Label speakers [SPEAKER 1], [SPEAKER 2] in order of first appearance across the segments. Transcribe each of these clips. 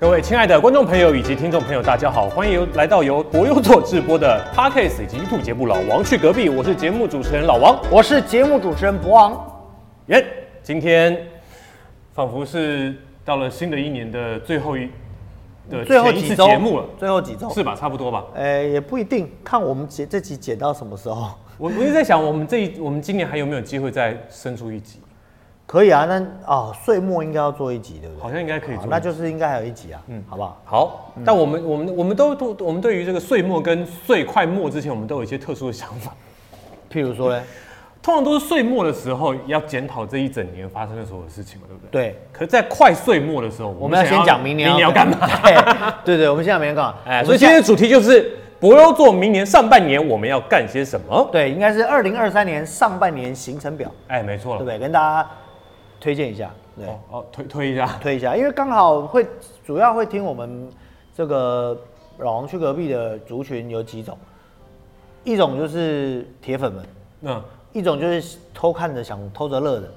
[SPEAKER 1] 各位亲爱的观众朋友以及听众朋友，大家好，欢迎来到由博优做直播的 Podcast 以及 YouTube 节目《老王去隔壁》，我是节目主持人老王。
[SPEAKER 2] 我是节目主持人博昂，
[SPEAKER 1] 耶、今天仿佛是到了新的一年的最后一的
[SPEAKER 2] 最后
[SPEAKER 1] 前一
[SPEAKER 2] 几
[SPEAKER 1] 次
[SPEAKER 2] 周
[SPEAKER 1] 节目了，
[SPEAKER 2] 最后几周
[SPEAKER 1] 是吧？差不多吧。
[SPEAKER 2] 呃，也不一定，看我们剪这集剪到什么时候。
[SPEAKER 1] 我我一直在想，我们这一我们今年还有没有机会再生出一集？
[SPEAKER 2] 可以啊，那啊，岁末应该要做一集，对不对？
[SPEAKER 1] 好像应该可以
[SPEAKER 2] 好
[SPEAKER 1] 做。
[SPEAKER 2] 那就是应该还有一集啊，嗯，好不好？
[SPEAKER 1] 好，但我们我们我们都都我们对于这个岁末跟岁快末之前，我们都有一些特殊的想法。
[SPEAKER 2] 譬如说呢，
[SPEAKER 1] 通常都是岁末的时候要检讨这一整年发生的所有事情嘛，对不对？对。
[SPEAKER 2] 对，
[SPEAKER 1] 可是，在快岁末的时候，
[SPEAKER 2] 我
[SPEAKER 1] 我
[SPEAKER 2] 们要先讲明年啊
[SPEAKER 1] 明年要干嘛？
[SPEAKER 2] 对对对，我们现在明年干嘛？
[SPEAKER 1] 哎，
[SPEAKER 2] 我
[SPEAKER 1] 所
[SPEAKER 2] 们
[SPEAKER 1] 以今天
[SPEAKER 2] 现在
[SPEAKER 1] 的主题就是博优做明年上半年我们要干些什么？
[SPEAKER 2] 对，应该是二零二三年上半年行程表，
[SPEAKER 1] 哎，没错
[SPEAKER 2] 对不
[SPEAKER 1] 了。
[SPEAKER 2] 对？跟大家推荐一下，对，
[SPEAKER 1] 哦哦，推推一下。
[SPEAKER 2] 推一下，因为刚好会主要会听我们这个老王去隔壁的族群有几种，一种就是铁粉们，
[SPEAKER 1] 嗯，
[SPEAKER 2] 一种就是偷看着想偷着乐的，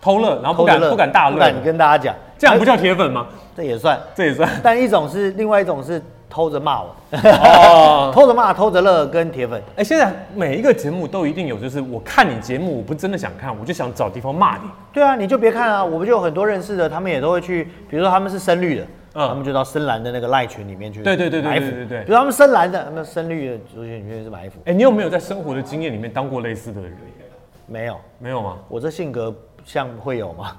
[SPEAKER 1] 偷乐，然后不
[SPEAKER 2] 偷着
[SPEAKER 1] 敢
[SPEAKER 2] 乐
[SPEAKER 1] 不敢大
[SPEAKER 2] 不
[SPEAKER 1] 乐
[SPEAKER 2] 敢，跟大家讲，
[SPEAKER 1] 这样不叫铁粉吗？
[SPEAKER 2] 这也算。
[SPEAKER 1] 这也算。
[SPEAKER 2] 但一种是另外一种是偷着 骂我，
[SPEAKER 1] 哦。
[SPEAKER 2] 偷着骂、偷着乐跟铁粉，
[SPEAKER 1] 哎，现在每一个节目都一定有，就是我看你节目，我不是真的想看，我就想找地方骂你。
[SPEAKER 2] 对啊，你就别看啊，我们就有很多认识的，他们也都会去，比如说他们是深绿的，
[SPEAKER 1] 嗯
[SPEAKER 2] 他们就到深蓝的那个赖群里面去，
[SPEAKER 1] 对对对对
[SPEAKER 2] 埋伏
[SPEAKER 1] 对对对对
[SPEAKER 2] 比如他们深蓝的，他们深绿的族群里面是埋伏，
[SPEAKER 1] 哎，你有没有在生活的经验里面当过类似的人？
[SPEAKER 2] 没有，
[SPEAKER 1] 没有吗？
[SPEAKER 2] 我这性格像会有吗？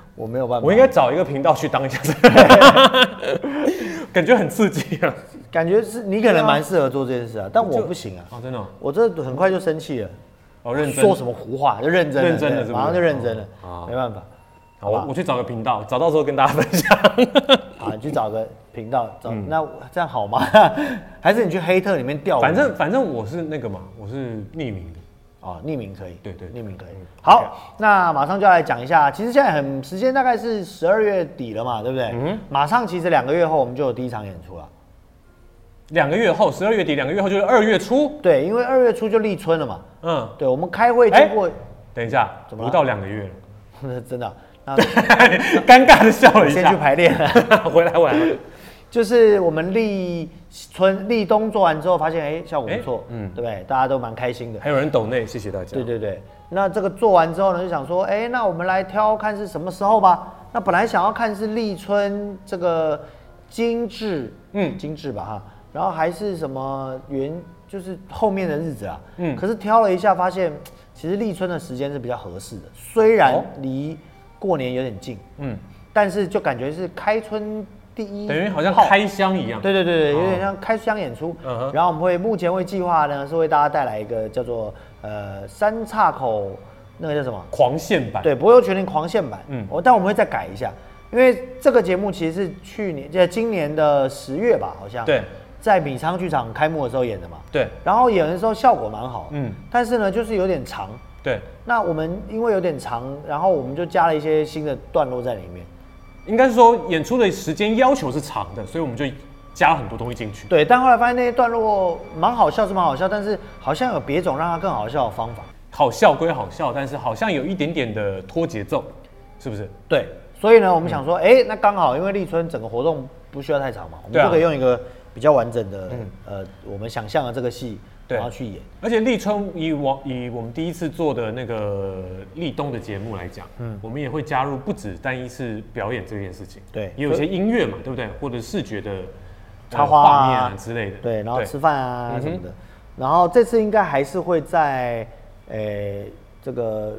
[SPEAKER 2] 我没有办法，
[SPEAKER 1] 我应该找一个频道去当一 下，感觉很刺激啊！
[SPEAKER 2] 感觉是你可能蛮适合做这件事啊，但我不行啊，
[SPEAKER 1] 哦，真的哦，
[SPEAKER 2] 我这很快就生气了。
[SPEAKER 1] 哦，认真
[SPEAKER 2] 说什么胡话就认真了，
[SPEAKER 1] 认真了
[SPEAKER 2] 对
[SPEAKER 1] 是不是
[SPEAKER 2] 马上就认真了，
[SPEAKER 1] 哦
[SPEAKER 2] 没办法。
[SPEAKER 1] 好，我我去找个频道，找到时候跟大家分享。
[SPEAKER 2] 好，你去找个频道找，
[SPEAKER 1] 嗯
[SPEAKER 2] 那我这样好吗？ 还是你去黑特里面调 我？
[SPEAKER 1] 反正反正我是那个嘛，我是匿名的。
[SPEAKER 2] 哦，匿名可以，
[SPEAKER 1] 对对对嗯
[SPEAKER 2] 匿名可以。好，那马上就要来讲一下，其实现在很时间大概是十二月底了嘛，对不对？
[SPEAKER 1] 嗯
[SPEAKER 2] 马上其实两个月后我们就有第一场演出了，
[SPEAKER 1] 两个月后，十二月底，两个月后就是二月初。
[SPEAKER 2] 对，因为二月初就立春了嘛，
[SPEAKER 1] 嗯，
[SPEAKER 2] 对，我们开会
[SPEAKER 1] 哎
[SPEAKER 2] 经过，
[SPEAKER 1] 等一下，
[SPEAKER 2] 怎么
[SPEAKER 1] 不
[SPEAKER 2] 了
[SPEAKER 1] 到两个月了，
[SPEAKER 2] 真的啊，那
[SPEAKER 1] 尴尬的笑了一
[SPEAKER 2] 先
[SPEAKER 1] 下
[SPEAKER 2] 去。排练。
[SPEAKER 1] 回来回来，
[SPEAKER 2] 就是我们立春立冬做完之后，发现哎、效果
[SPEAKER 1] 哎
[SPEAKER 2] 不错，
[SPEAKER 1] 嗯啊
[SPEAKER 2] 嗯，对不对？大家都蛮开心的。
[SPEAKER 1] 还有人抖内，谢谢大家。
[SPEAKER 2] 对对对，那这个做完之后呢，就想说，哎、那我们来挑看是什么时候吧。那本来想要看是立春这个精致，
[SPEAKER 1] 嗯
[SPEAKER 2] 嗯，精致吧哈，然后还是什么原就是后面的日子啊，
[SPEAKER 1] 嗯
[SPEAKER 2] 嗯，可是挑了一下，发现其实立春的时间是比较合适的，虽然
[SPEAKER 1] 哦
[SPEAKER 2] 离过年有点近，
[SPEAKER 1] 嗯，
[SPEAKER 2] 但是就感觉是开春第一炮，
[SPEAKER 1] 等于好像开箱一样。
[SPEAKER 2] 对对对对，有
[SPEAKER 1] 哦
[SPEAKER 2] 点像开箱演出。
[SPEAKER 1] 嗯哼
[SPEAKER 2] 然后我们会目前会计划呢，是为大家带来一个叫做呃三岔口那个叫什么？
[SPEAKER 1] 狂线版。
[SPEAKER 2] 对，博优全龄狂线版。
[SPEAKER 1] 嗯
[SPEAKER 2] 嗯，我但我们会再改一下，因为这个节目其实是去年呃今年的十月吧，好像
[SPEAKER 1] 对
[SPEAKER 2] 在米仓剧场开幕的时候演的嘛。
[SPEAKER 1] 对
[SPEAKER 2] 然后演的时候效果蛮好，
[SPEAKER 1] 嗯
[SPEAKER 2] 嗯，但是呢就是有点长。
[SPEAKER 1] 对，
[SPEAKER 2] 那我们因为有点长，然后我们就加了一些新的段落在里面。
[SPEAKER 1] 应该是说演出的时间要求是长的，所以我们就加了很多东西进去。
[SPEAKER 2] 对，但后来发现那些段落蛮好笑是蛮好笑，但是好像有别种让它更好笑的方法。
[SPEAKER 1] 好笑归好笑，但是好像有一点点的拖节奏，是不是？
[SPEAKER 2] 对，所以呢，我们想说，哎、那刚好因为立春整个活动不需要太长嘛，我
[SPEAKER 1] 嗯对
[SPEAKER 2] 们
[SPEAKER 1] 啊嗯
[SPEAKER 2] 就可以用一个比较完整的，呃，我们想象的这个戏，
[SPEAKER 1] 对
[SPEAKER 2] 然后去演。
[SPEAKER 1] 而且立春以我以我们第一次做的那个立冬的节目来讲，嗯，我们也会加入不止单一次表演这件事情，
[SPEAKER 2] 对
[SPEAKER 1] 也有一些音乐嘛，对不对？或者视觉的呃
[SPEAKER 2] 插花啊
[SPEAKER 1] 画面啊之类的，
[SPEAKER 2] 对，然后吃
[SPEAKER 1] 对嗯
[SPEAKER 2] 饭啊什么的。然后这次应该还是会在，诶、这个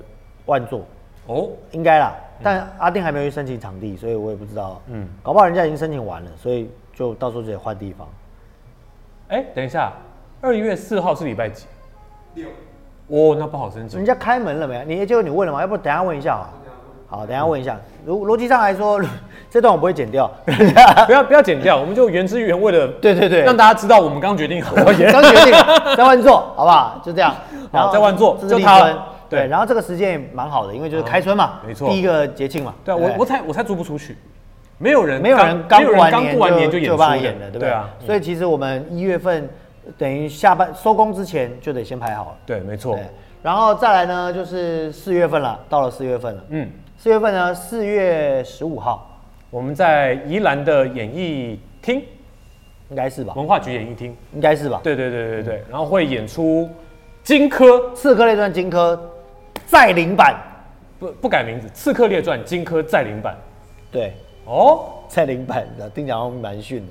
[SPEAKER 2] 万座，
[SPEAKER 1] 哦，
[SPEAKER 2] 应该啦。但阿定还没有去申请场地，所以我也不知道。嗯，搞不好人家已经申请完了，所以就到时候就得换地方。
[SPEAKER 1] 哎，等一下，二月四号是礼拜几？六。哦，那不好申
[SPEAKER 2] 人
[SPEAKER 1] 请。
[SPEAKER 2] 家开门了没？你就你问了吗？要不等一下问一下啊。好，等一下问一下。如逻辑上来说，这段我不会剪掉。
[SPEAKER 1] 不要不要剪掉，我们就原汁原味的，
[SPEAKER 2] 对对对，
[SPEAKER 1] 让大家知道我们刚决定好 要演。
[SPEAKER 2] 张决定在万座，好不好？就这样。然后
[SPEAKER 1] 在万座
[SPEAKER 2] 这是
[SPEAKER 1] 就
[SPEAKER 2] 立
[SPEAKER 1] 他
[SPEAKER 2] 春
[SPEAKER 1] 了。对啊
[SPEAKER 2] 对，然后这个时间也蛮好的，因为就是开春嘛，
[SPEAKER 1] 没错
[SPEAKER 2] 第一个节庆嘛。
[SPEAKER 1] 对啊，
[SPEAKER 2] 不
[SPEAKER 1] 我我才我才租不出去，没有人
[SPEAKER 2] 哎没有人刚过完年
[SPEAKER 1] 过完年
[SPEAKER 2] 就
[SPEAKER 1] 就演
[SPEAKER 2] 有
[SPEAKER 1] 出
[SPEAKER 2] 办法演了，对不嗯
[SPEAKER 1] 对
[SPEAKER 2] 对
[SPEAKER 1] 啊，？
[SPEAKER 2] 所以其实我们一月份等于下班收工之前就得先排好了。
[SPEAKER 1] 对，没错
[SPEAKER 2] 对，，然后再来呢就是四月份了，到了四月份了。
[SPEAKER 1] 嗯，
[SPEAKER 2] 四月份呢，四月十五号，
[SPEAKER 1] 我们在宜兰的演艺厅，
[SPEAKER 2] 应该是吧？
[SPEAKER 1] 文化局演艺厅，
[SPEAKER 2] 应该是吧？
[SPEAKER 1] 哦对对对对
[SPEAKER 2] 嗯
[SPEAKER 1] 对，然后会演出荆轲
[SPEAKER 2] 《刺客列传》荆轲再临版，
[SPEAKER 1] 不不改名字，《刺客列传》荆轲再临版
[SPEAKER 2] 对，
[SPEAKER 1] 哦，
[SPEAKER 2] 再临版的，听起来好像蛮逊的，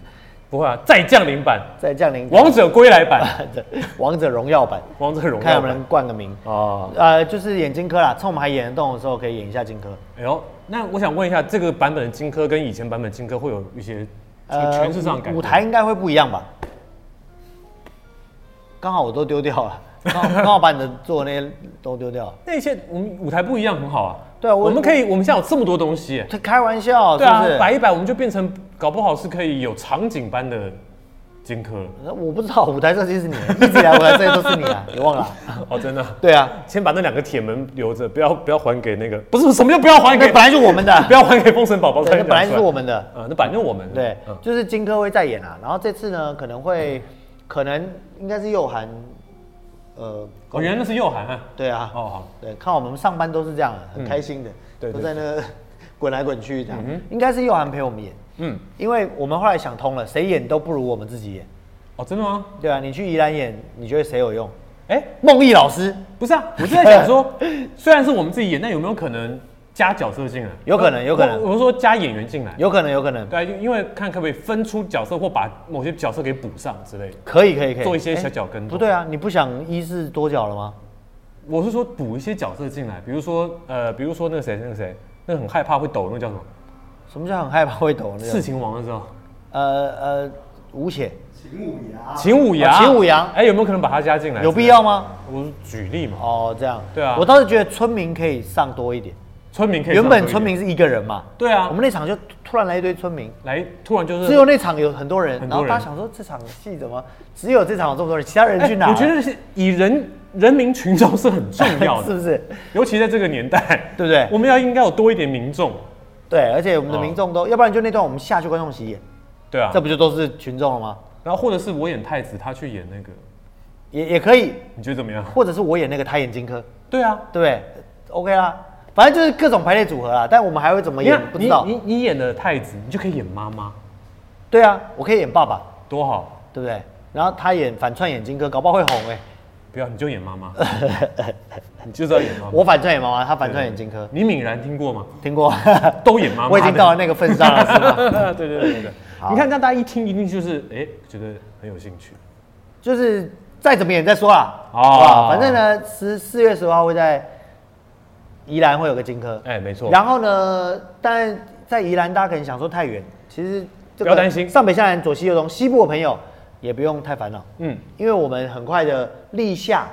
[SPEAKER 1] 不会啊，再降临版，
[SPEAKER 2] 再降临版
[SPEAKER 1] 王者归来 版，
[SPEAKER 2] 对王者荣耀 版，
[SPEAKER 1] 王者荣
[SPEAKER 2] 看
[SPEAKER 1] 耀
[SPEAKER 2] 能不能
[SPEAKER 1] 版
[SPEAKER 2] 冠个名。
[SPEAKER 1] 哦，
[SPEAKER 2] 呃，就是演荆轲啦，趁我们还演得动的时候，可以演一下荆轲。
[SPEAKER 1] 哎呦，那我想问一下，这个版本的荆轲跟以前版本荆轲会有一些诠释上的改变
[SPEAKER 2] 呃舞台应该会不一样吧？刚好我都丢掉了，刚好刚好把你的做的那些都丢掉了。
[SPEAKER 1] 那些我们舞台不一样，很好啊。
[SPEAKER 2] 对啊我
[SPEAKER 1] 我们可以，我们现在有这么多东西耶。
[SPEAKER 2] 这开玩笑，
[SPEAKER 1] 对
[SPEAKER 2] 是不
[SPEAKER 1] 啊
[SPEAKER 2] 是？，
[SPEAKER 1] 摆一摆，我们就变成搞不好是可以有场景般的荆轲了。
[SPEAKER 2] 我不知道舞台设计是你，一直以来舞台设计都是你啊，你忘了啊、
[SPEAKER 1] 哦，真的啊。
[SPEAKER 2] 对啊，
[SPEAKER 1] 先把那两个铁门留着，不要不要还给那个，不是什么叫不要还
[SPEAKER 2] 那
[SPEAKER 1] 给，
[SPEAKER 2] 本来就我们的，啊
[SPEAKER 1] 不要还给封神宝宝。
[SPEAKER 2] 对，那
[SPEAKER 1] 差点
[SPEAKER 2] 本来就是
[SPEAKER 1] 讲出
[SPEAKER 2] 我们的。
[SPEAKER 1] 呃，那本来就是我们。
[SPEAKER 2] 对，
[SPEAKER 1] 嗯
[SPEAKER 2] 就是荆轲会再演啊，然后这次呢可能会，可能应该是又涵，呃，
[SPEAKER 1] 哦，原来那是右涵啊。
[SPEAKER 2] 对啊，
[SPEAKER 1] 哦，好，
[SPEAKER 2] 对，看我们上班都是这样啊，很开心的，
[SPEAKER 1] 对对
[SPEAKER 2] 都在那 滚来滚去这样，应该是佑涵陪我们演，
[SPEAKER 1] 嗯，
[SPEAKER 2] 因为我们后来想通了，谁演都不如我们自己演，
[SPEAKER 1] 哦，真的吗？
[SPEAKER 2] 对啊，你去宜兰演，你觉得谁有用？
[SPEAKER 1] 哎，
[SPEAKER 2] 孟毅老师
[SPEAKER 1] 不是啊，我是在想说， 虽然是我们自己演，但有没有可能加角色进来？
[SPEAKER 2] 有可能有可能
[SPEAKER 1] 我我是说加演员进来。
[SPEAKER 2] 有可能，有可能，
[SPEAKER 1] 对啊，因因为看可不可以分出角色，或把某些角色给补上之类的。
[SPEAKER 2] 可以可以可以，
[SPEAKER 1] 做一些
[SPEAKER 2] 哎
[SPEAKER 1] 小脚跟动
[SPEAKER 2] 不对啊，你不想一是多角了吗？
[SPEAKER 1] 我是说补一些角色进来，比如说呃，比如说那个谁，那个谁，那个很害怕会抖，那个叫什么？
[SPEAKER 2] 什么叫很害怕会抖？那个
[SPEAKER 1] 刺秦王的时候，
[SPEAKER 2] 呃呃，吴且
[SPEAKER 3] 秦舞牙，
[SPEAKER 1] 秦舞牙，
[SPEAKER 2] 哦秦舞牙
[SPEAKER 1] 哎、有没有可能把他加进来？
[SPEAKER 2] 有必要？吗？
[SPEAKER 1] 我是举例嘛，
[SPEAKER 2] 哦，这样，
[SPEAKER 1] 嗯对啊
[SPEAKER 2] 我倒是觉得村民可以上多一点，
[SPEAKER 1] 村民可以
[SPEAKER 2] 原
[SPEAKER 1] 上
[SPEAKER 2] 本
[SPEAKER 1] 多一
[SPEAKER 2] 村
[SPEAKER 1] 点
[SPEAKER 2] 民是一个人嘛，
[SPEAKER 1] 对啊，
[SPEAKER 2] 我
[SPEAKER 1] 我
[SPEAKER 2] 们
[SPEAKER 1] 们
[SPEAKER 2] 那场就突突然来一堆村民，
[SPEAKER 1] 来突然就是
[SPEAKER 2] 只有那场有很多人，
[SPEAKER 1] 很多
[SPEAKER 2] 然后
[SPEAKER 1] 人
[SPEAKER 2] 大家想说这场戏怎么只有这场有这么多人，其他人
[SPEAKER 1] 哎
[SPEAKER 2] 去哪了？
[SPEAKER 1] 我觉得是以人人民群众是很重要
[SPEAKER 2] 是
[SPEAKER 1] 的，
[SPEAKER 2] 不是？
[SPEAKER 1] 尤其在这个年代，
[SPEAKER 2] 对不对
[SPEAKER 1] 我们要应该有多一点民众，
[SPEAKER 2] 对，而且我们的
[SPEAKER 1] 哦
[SPEAKER 2] 民众都，要不然就那段我们下去观众席演，
[SPEAKER 1] 对啊
[SPEAKER 2] 这，不就都是群众了吗？
[SPEAKER 1] 然后或者是我演太子，他去演那个，
[SPEAKER 2] 也也可以，
[SPEAKER 1] 你觉得怎么样？
[SPEAKER 2] 或者是我演那个他演荆轲，
[SPEAKER 1] 对啊，
[SPEAKER 2] 对不对？OK 啦，反正就是各种排列组合啦。但我们还会怎么
[SPEAKER 1] 你
[SPEAKER 2] 演
[SPEAKER 1] 看
[SPEAKER 2] 不知道
[SPEAKER 1] 你。你你演的太子，你就可以演妈妈，
[SPEAKER 2] 对啊，我可以演爸爸，
[SPEAKER 1] 多好！
[SPEAKER 2] 对不对？然后他演反串演荆轲，搞不好会红哎、
[SPEAKER 1] 不要，你就演妈 妈，你就是要演妈妈。
[SPEAKER 2] 我反串演妈妈，他反串演荆轲，
[SPEAKER 1] 你敏然听过吗？
[SPEAKER 2] 听过？
[SPEAKER 1] 都演妈啊妈，
[SPEAKER 2] 我已经到了那个份上了，是吗？
[SPEAKER 1] 个。对对对对对，
[SPEAKER 2] 好
[SPEAKER 1] 你看，让大家一听一定就是哎、觉得很有兴趣。
[SPEAKER 2] 就是再怎么演再说啦。
[SPEAKER 1] 哦
[SPEAKER 2] 好不好反正呢，十四月十五号会在宜兰会有个荆轲，
[SPEAKER 1] 哎、没错。
[SPEAKER 2] 呃然后呢，但在宜兰大家可能想说太远，其实这
[SPEAKER 1] 不要担心
[SPEAKER 2] 上北下南左西右东，西部的朋友也不用太烦恼，
[SPEAKER 1] 嗯，
[SPEAKER 2] 因为我们很快的立夏，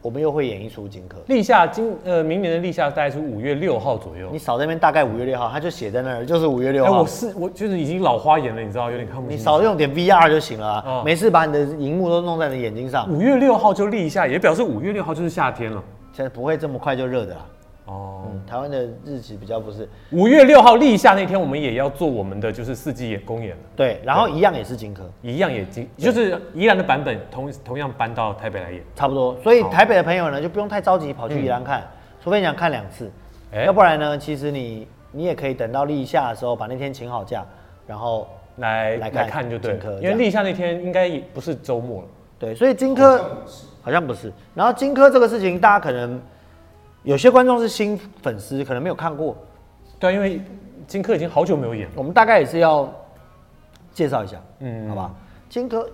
[SPEAKER 2] 我们又会演一出荆轲。
[SPEAKER 1] 立夏今呃明年的立夏大概是五月六号左右
[SPEAKER 2] 你。扫这边大概五月六号，他就写在那儿，就是五月
[SPEAKER 1] 哎、
[SPEAKER 2] 六号。
[SPEAKER 1] 我是我就是已经老花眼了，你知道，有点看不
[SPEAKER 2] 你
[SPEAKER 1] 清。
[SPEAKER 2] 少用点 VR 就行了、啊，
[SPEAKER 1] 哦
[SPEAKER 2] 没事把你的荧幕都弄在你的眼睛上，
[SPEAKER 1] 五月六号就立夏，也表示五月六号就是夏天了。
[SPEAKER 2] 现在不会这么快就热的啦。
[SPEAKER 1] 哦，
[SPEAKER 2] 嗯，台湾的日期比较不是
[SPEAKER 1] 五月六号立夏那天，我们也要做我们的就是四季演公演了。
[SPEAKER 2] 对，然后一样也是荆轲，
[SPEAKER 1] 一样也经，就是宜兰的版本同同样搬到台北来演。
[SPEAKER 2] 差不多。所以
[SPEAKER 1] 好
[SPEAKER 2] 台北的朋友呢，就不用太着急跑去宜兰看，除非你想看两次，
[SPEAKER 1] 嗯哎
[SPEAKER 2] 要不然呢，其实你你也可以等到立夏的时候，把那天请好假，然后
[SPEAKER 1] 来来
[SPEAKER 2] 来看
[SPEAKER 1] 看就对
[SPEAKER 2] 荆轲
[SPEAKER 1] 了，因
[SPEAKER 2] 这
[SPEAKER 1] 为
[SPEAKER 2] 样
[SPEAKER 1] 立夏那天应该也不是周末了。
[SPEAKER 2] 对，所以荆轲好像不是。然后荆轲这个事情，大家可能有些观众是新粉丝，可能没有看过，
[SPEAKER 1] 对啊，因为荆轲已经好久没有演了。
[SPEAKER 2] 我们大概也是要介绍一下，嗯，
[SPEAKER 1] 嗯
[SPEAKER 2] 好吧？荆轲，嗯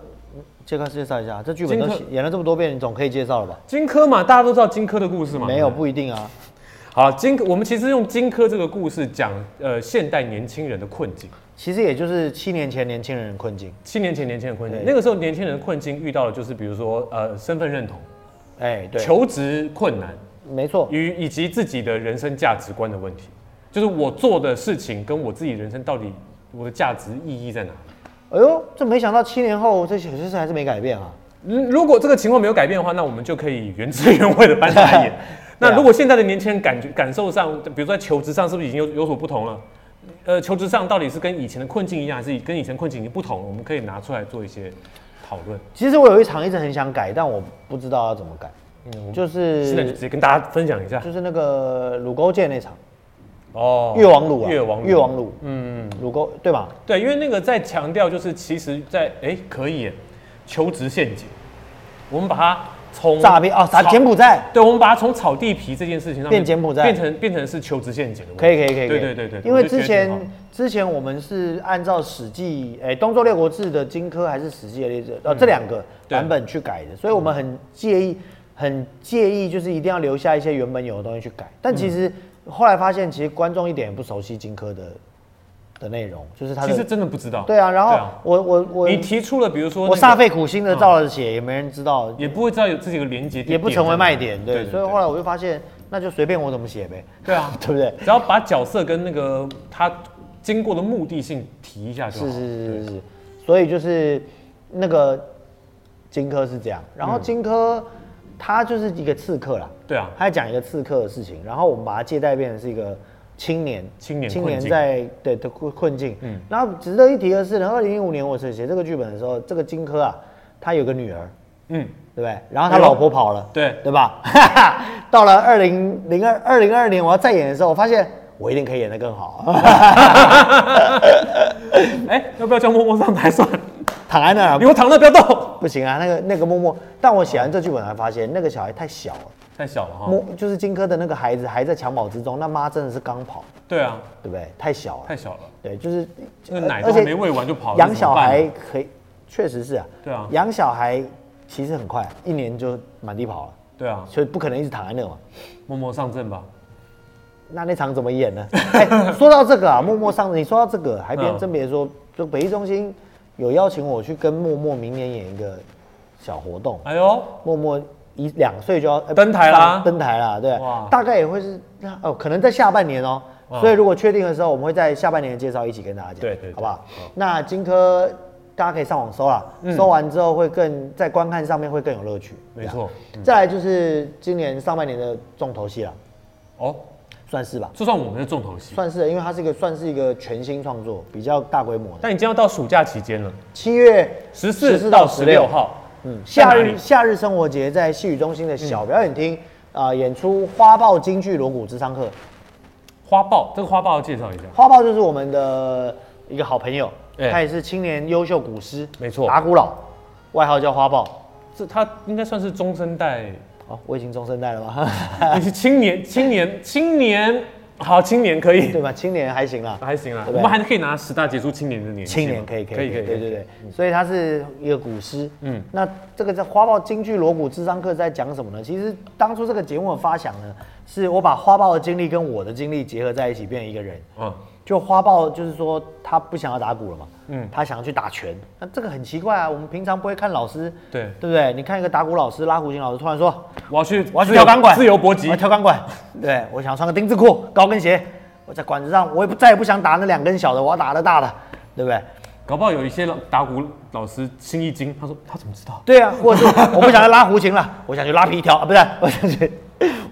[SPEAKER 2] 荆轲介绍一下，这剧本都
[SPEAKER 1] 荆轲
[SPEAKER 2] 写演了这么多遍，你总可以介绍了吧？
[SPEAKER 1] 荆轲嘛，大家都知道荆轲的故事嘛。
[SPEAKER 2] 没有
[SPEAKER 1] 对对
[SPEAKER 2] 不一定啊，
[SPEAKER 1] 好，荆轲，我们其实用荆轲这个故事讲呃现代年轻人的困境。
[SPEAKER 2] 其实也就是七年前年轻人的困境，
[SPEAKER 1] 七年前年轻人的困境
[SPEAKER 2] 对，
[SPEAKER 1] 那个时候年轻人的困境遇到的就是比如说呃身份认同、
[SPEAKER 2] 哎，对，
[SPEAKER 1] 求职困难
[SPEAKER 2] 没错，
[SPEAKER 1] 与以及自己的人生价值观的问题，就是我做的事情跟我自己人生到底我的价值意义在哪里？
[SPEAKER 2] 哎呦，这没想到七年后这有些事还是没改变啊，。
[SPEAKER 1] 嗯如果这个情况没有改变的话，那我们就可以原汁原味的搬上来演 那如果现在的年轻人感觉感受上，比如说在求职上，是不是已经有有所不同了？呃，求职上到底是跟以前的困境一样，还是跟以前困境已经不同了？我们可以拿出来做一些讨论。
[SPEAKER 2] 其实我有一场一直很想改，但我不知道要怎么改，
[SPEAKER 1] 嗯，我们
[SPEAKER 2] 就
[SPEAKER 1] 现在就是直接跟大家分享一下。
[SPEAKER 2] 就是那个乳沟剑那场，
[SPEAKER 1] 哦
[SPEAKER 2] 越王乳啊，
[SPEAKER 1] 越王
[SPEAKER 2] 越王乳，
[SPEAKER 1] 嗯，
[SPEAKER 2] 乳沟对吧？
[SPEAKER 1] 对，因为那个在强调就是，其实在哎可以耶求职陷阱，我们把它从
[SPEAKER 2] 诈骗啊，啥
[SPEAKER 1] 草
[SPEAKER 2] 柬埔寨
[SPEAKER 1] 对，我们把它从草地皮这件事情上面
[SPEAKER 2] 变柬埔寨
[SPEAKER 1] 变成变成是求职陷阱了。
[SPEAKER 2] 可以可以可以，
[SPEAKER 1] 对
[SPEAKER 2] 可
[SPEAKER 1] 对
[SPEAKER 2] 以
[SPEAKER 1] 对对
[SPEAKER 2] 因
[SPEAKER 1] 我
[SPEAKER 2] 为
[SPEAKER 1] 就觉
[SPEAKER 2] 之
[SPEAKER 1] 得挺好
[SPEAKER 2] 前之前我们是按照《史记》哎《东周列国志》的荆轲还是《史记》的列志，呃这两个
[SPEAKER 1] 嗯对嗯
[SPEAKER 2] 版本去改的，所以我们很介意，很介意就是一定要留下一些原本有的东西去改，但其
[SPEAKER 1] 嗯
[SPEAKER 2] 实后来发现，其实观众一点也不熟悉荆轲的的内容，就是他
[SPEAKER 1] 其实
[SPEAKER 2] 的
[SPEAKER 1] 真的不知道。
[SPEAKER 2] 对啊，然后
[SPEAKER 1] 对啊
[SPEAKER 2] 我我我
[SPEAKER 1] 你提出了，比如说
[SPEAKER 2] 我
[SPEAKER 1] 那个嗯
[SPEAKER 2] 煞费苦心的造了写，也没人知道，
[SPEAKER 1] 也不会知道有自己的连接点，
[SPEAKER 2] 也不成为卖点，对，所以后
[SPEAKER 1] 来
[SPEAKER 2] 来我就发现，那就随便我怎么写呗，
[SPEAKER 1] 对啊，
[SPEAKER 2] 对不对？
[SPEAKER 1] 只要把角色跟那个他经过的目的性提一下就好。
[SPEAKER 2] 是是是是是，所以就是那个荆轲是这样，然后荆轲他就是一个刺客啦，
[SPEAKER 1] 对啊，
[SPEAKER 2] 他在讲一个刺客的事情，然后我们把它借代变成是一个青年，
[SPEAKER 1] 青年
[SPEAKER 2] 青
[SPEAKER 1] 困
[SPEAKER 2] 年
[SPEAKER 1] 境
[SPEAKER 2] 在对的困困境。嗯，然后值得一提的是呢，二零一五年我写写这个剧本的时候，这个荆轲啊，他有个女儿，
[SPEAKER 1] 嗯，
[SPEAKER 2] 对不对？然后他
[SPEAKER 1] 哎呦
[SPEAKER 2] 老婆跑了，
[SPEAKER 1] 对
[SPEAKER 2] 对吧？ 到了二零零二二零二年我要再演的时候，我发现我一定可以演得更好，
[SPEAKER 1] 哎、要不要叫默默上台算？了？
[SPEAKER 2] 躺在那儿啊
[SPEAKER 1] 你给我躺那不要动，
[SPEAKER 2] 不行啊，那个那个默默，但我写完这剧本才发现，那个小孩太小了，
[SPEAKER 1] 太小了哈。
[SPEAKER 2] 默就是荆轲的那个孩子还在襁褓之中，那妈真的是刚跑，
[SPEAKER 1] 对啊，
[SPEAKER 2] 对不对？太小了，
[SPEAKER 1] 太小了，
[SPEAKER 2] 对，就是
[SPEAKER 1] 那个奶
[SPEAKER 2] 呃而
[SPEAKER 1] 都还
[SPEAKER 2] 且
[SPEAKER 1] 没喂完就跑了。
[SPEAKER 2] 养
[SPEAKER 1] 这怎
[SPEAKER 2] 小
[SPEAKER 1] 么办啊
[SPEAKER 2] 孩可以，确实是啊，
[SPEAKER 1] 对啊
[SPEAKER 2] 养小孩其实很快，一年就满地跑了，
[SPEAKER 1] 对啊，
[SPEAKER 2] 所以不可能一直躺在那嘛。
[SPEAKER 1] 默默上阵吧。
[SPEAKER 2] 那那场怎么演呢？ 哎、说到这个啊，默默上，你说到这个，还别
[SPEAKER 1] 嗯
[SPEAKER 2] 真别说，就北艺中心有邀请我去跟默默明年演一个小活动，
[SPEAKER 1] 哎呦，
[SPEAKER 2] 默默一两岁就要呃
[SPEAKER 1] 登台啦
[SPEAKER 2] 上登台啦，对
[SPEAKER 1] 哇，
[SPEAKER 2] 大概也会是那哦，可能在下半年哦、
[SPEAKER 1] 嗯
[SPEAKER 2] 所以如果确定的时候，我们会在下半年的介绍一起跟大家讲，
[SPEAKER 1] 对对对
[SPEAKER 2] 好不好？那荆轲大家可以上网搜啦，搜完之后会更在观看上面会更有乐趣，
[SPEAKER 1] 嗯没错
[SPEAKER 2] 这样。再来就是今年上半年的重头戏了，
[SPEAKER 1] 哦，
[SPEAKER 2] 算是吧，
[SPEAKER 1] 就算我们的重头戏，
[SPEAKER 2] 算是，因为它是一个算是一个全新创作，比较大规模的。
[SPEAKER 1] 但已经要到暑假期间了，
[SPEAKER 2] 七月
[SPEAKER 1] 十四
[SPEAKER 2] 14
[SPEAKER 1] 到十六号，
[SPEAKER 2] 嗯，
[SPEAKER 1] 在
[SPEAKER 2] 夏
[SPEAKER 1] 哪
[SPEAKER 2] 日
[SPEAKER 1] 里
[SPEAKER 2] 夏日生活节在戏语中心的小表演厅啊、呃演出花豹京剧《锣鼓之商客》。
[SPEAKER 1] 花豹，这个花豹要介绍一下。
[SPEAKER 2] 花豹就是我们的一个好朋友，
[SPEAKER 1] 哎
[SPEAKER 2] 他也是青年优秀古师，
[SPEAKER 1] 没错
[SPEAKER 2] 打鼓佬，外号叫花豹。
[SPEAKER 1] 这他应该算是中生代，
[SPEAKER 2] 哦，我已经中生代了吗？
[SPEAKER 1] 你是青年，青年，青年，好，青年可以
[SPEAKER 2] 对，吧？青年还行啦，
[SPEAKER 1] 还行啦。
[SPEAKER 2] 对
[SPEAKER 1] 我
[SPEAKER 2] 不对
[SPEAKER 1] 们还是可以拿十大杰出青年的年纪嘛，
[SPEAKER 2] 青年可以可以
[SPEAKER 1] 可以可以，
[SPEAKER 2] 对对对，所以他是一个古诗。
[SPEAKER 1] 嗯
[SPEAKER 2] 嗯，那这个在花豹京剧锣鼓智商课在讲什么呢？其实当初这个节目的发想呢，是我把花豹的经历跟我的经历结合在一起，变成一个人。
[SPEAKER 1] 嗯，
[SPEAKER 2] 就花豹就是说他不想要打鼓了嘛，
[SPEAKER 1] 嗯
[SPEAKER 2] 嗯，他想要去打拳，那这个很奇怪啊，我们平常不会看老师，
[SPEAKER 1] 对
[SPEAKER 2] 对不对？你看一个打鼓老师、拉胡琴老师，突然说
[SPEAKER 1] 我要去，
[SPEAKER 2] 我要去
[SPEAKER 1] 自由
[SPEAKER 2] 跳钢管，
[SPEAKER 1] 自由搏击
[SPEAKER 2] 我要，跳钢管，对我想穿个丁字裤、高跟鞋，我在管子上我也不再也不想打那两根小的，我要打那大的，对不对？
[SPEAKER 1] 搞不好有一些老打鼓老师心一惊，他说他怎么知道？
[SPEAKER 2] 对啊，或者是我不想要拉胡琴了， 我想去拉皮条啊，不是，我想去，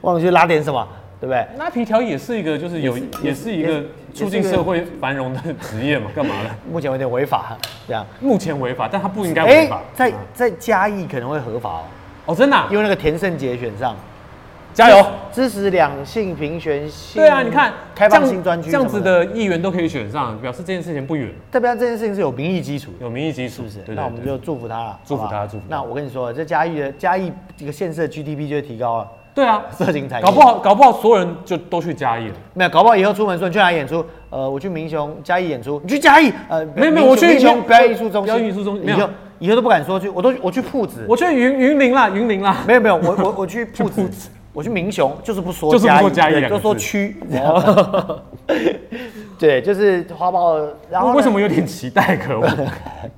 [SPEAKER 2] 我想去拉点什么，对不对？
[SPEAKER 1] 拉皮条也是一个，就是有，也是一个促进社会繁荣的职业嘛，干嘛 呢？
[SPEAKER 2] 目前有点违法，这样。
[SPEAKER 1] 目前违法，但他不应该违法。
[SPEAKER 2] 在
[SPEAKER 1] 嗯
[SPEAKER 2] 在嘉义可能会合法哦，
[SPEAKER 1] 哦，真的啊，
[SPEAKER 2] 因为那个田胜杰选上，
[SPEAKER 1] 加油！
[SPEAKER 2] 支持两性平权性。
[SPEAKER 1] 对啊，你看，
[SPEAKER 2] 开放
[SPEAKER 1] 这样
[SPEAKER 2] 性专区
[SPEAKER 1] 这样子
[SPEAKER 2] 什么的，
[SPEAKER 1] 的议员都可以选上，表示这件事情不远，
[SPEAKER 2] 代表这件事情是有民意基础的，
[SPEAKER 1] 有民意基础，
[SPEAKER 2] 是不是？
[SPEAKER 1] 对对
[SPEAKER 2] 那我们
[SPEAKER 1] 对
[SPEAKER 2] 就祝福他了，
[SPEAKER 1] 祝福他
[SPEAKER 2] 好不好
[SPEAKER 1] 祝福他
[SPEAKER 2] 那我跟你说，这嘉义的嘉义这个县市的 GDP 就会提高了，
[SPEAKER 1] 对啊，
[SPEAKER 2] 色情产业
[SPEAKER 1] 搞不好搞不好所有人就都去嘉义了。
[SPEAKER 2] 没有，搞不好以后出门说你去哪里演出？呃，我去民雄嘉义演出，你去嘉义？呃，
[SPEAKER 1] 没有没有我去
[SPEAKER 2] 民
[SPEAKER 1] 没
[SPEAKER 2] 雄
[SPEAKER 1] 有
[SPEAKER 2] 表演艺术中心，
[SPEAKER 1] 表演艺术中心
[SPEAKER 2] 以
[SPEAKER 1] 没有
[SPEAKER 2] 后以后都不敢说去，我都我去铺子，
[SPEAKER 1] 我去云云林啦，云林啦，
[SPEAKER 2] 没有没有，我 我我去铺子，我去民雄，就是不说
[SPEAKER 1] 就是不
[SPEAKER 2] 嘉义，
[SPEAKER 1] 说嘉义
[SPEAKER 2] 对
[SPEAKER 1] 两个
[SPEAKER 2] 就说
[SPEAKER 1] 字
[SPEAKER 2] 区，然后 对，就是花豹，然后
[SPEAKER 1] 为什
[SPEAKER 2] 么？
[SPEAKER 1] 么有点期待？可恶，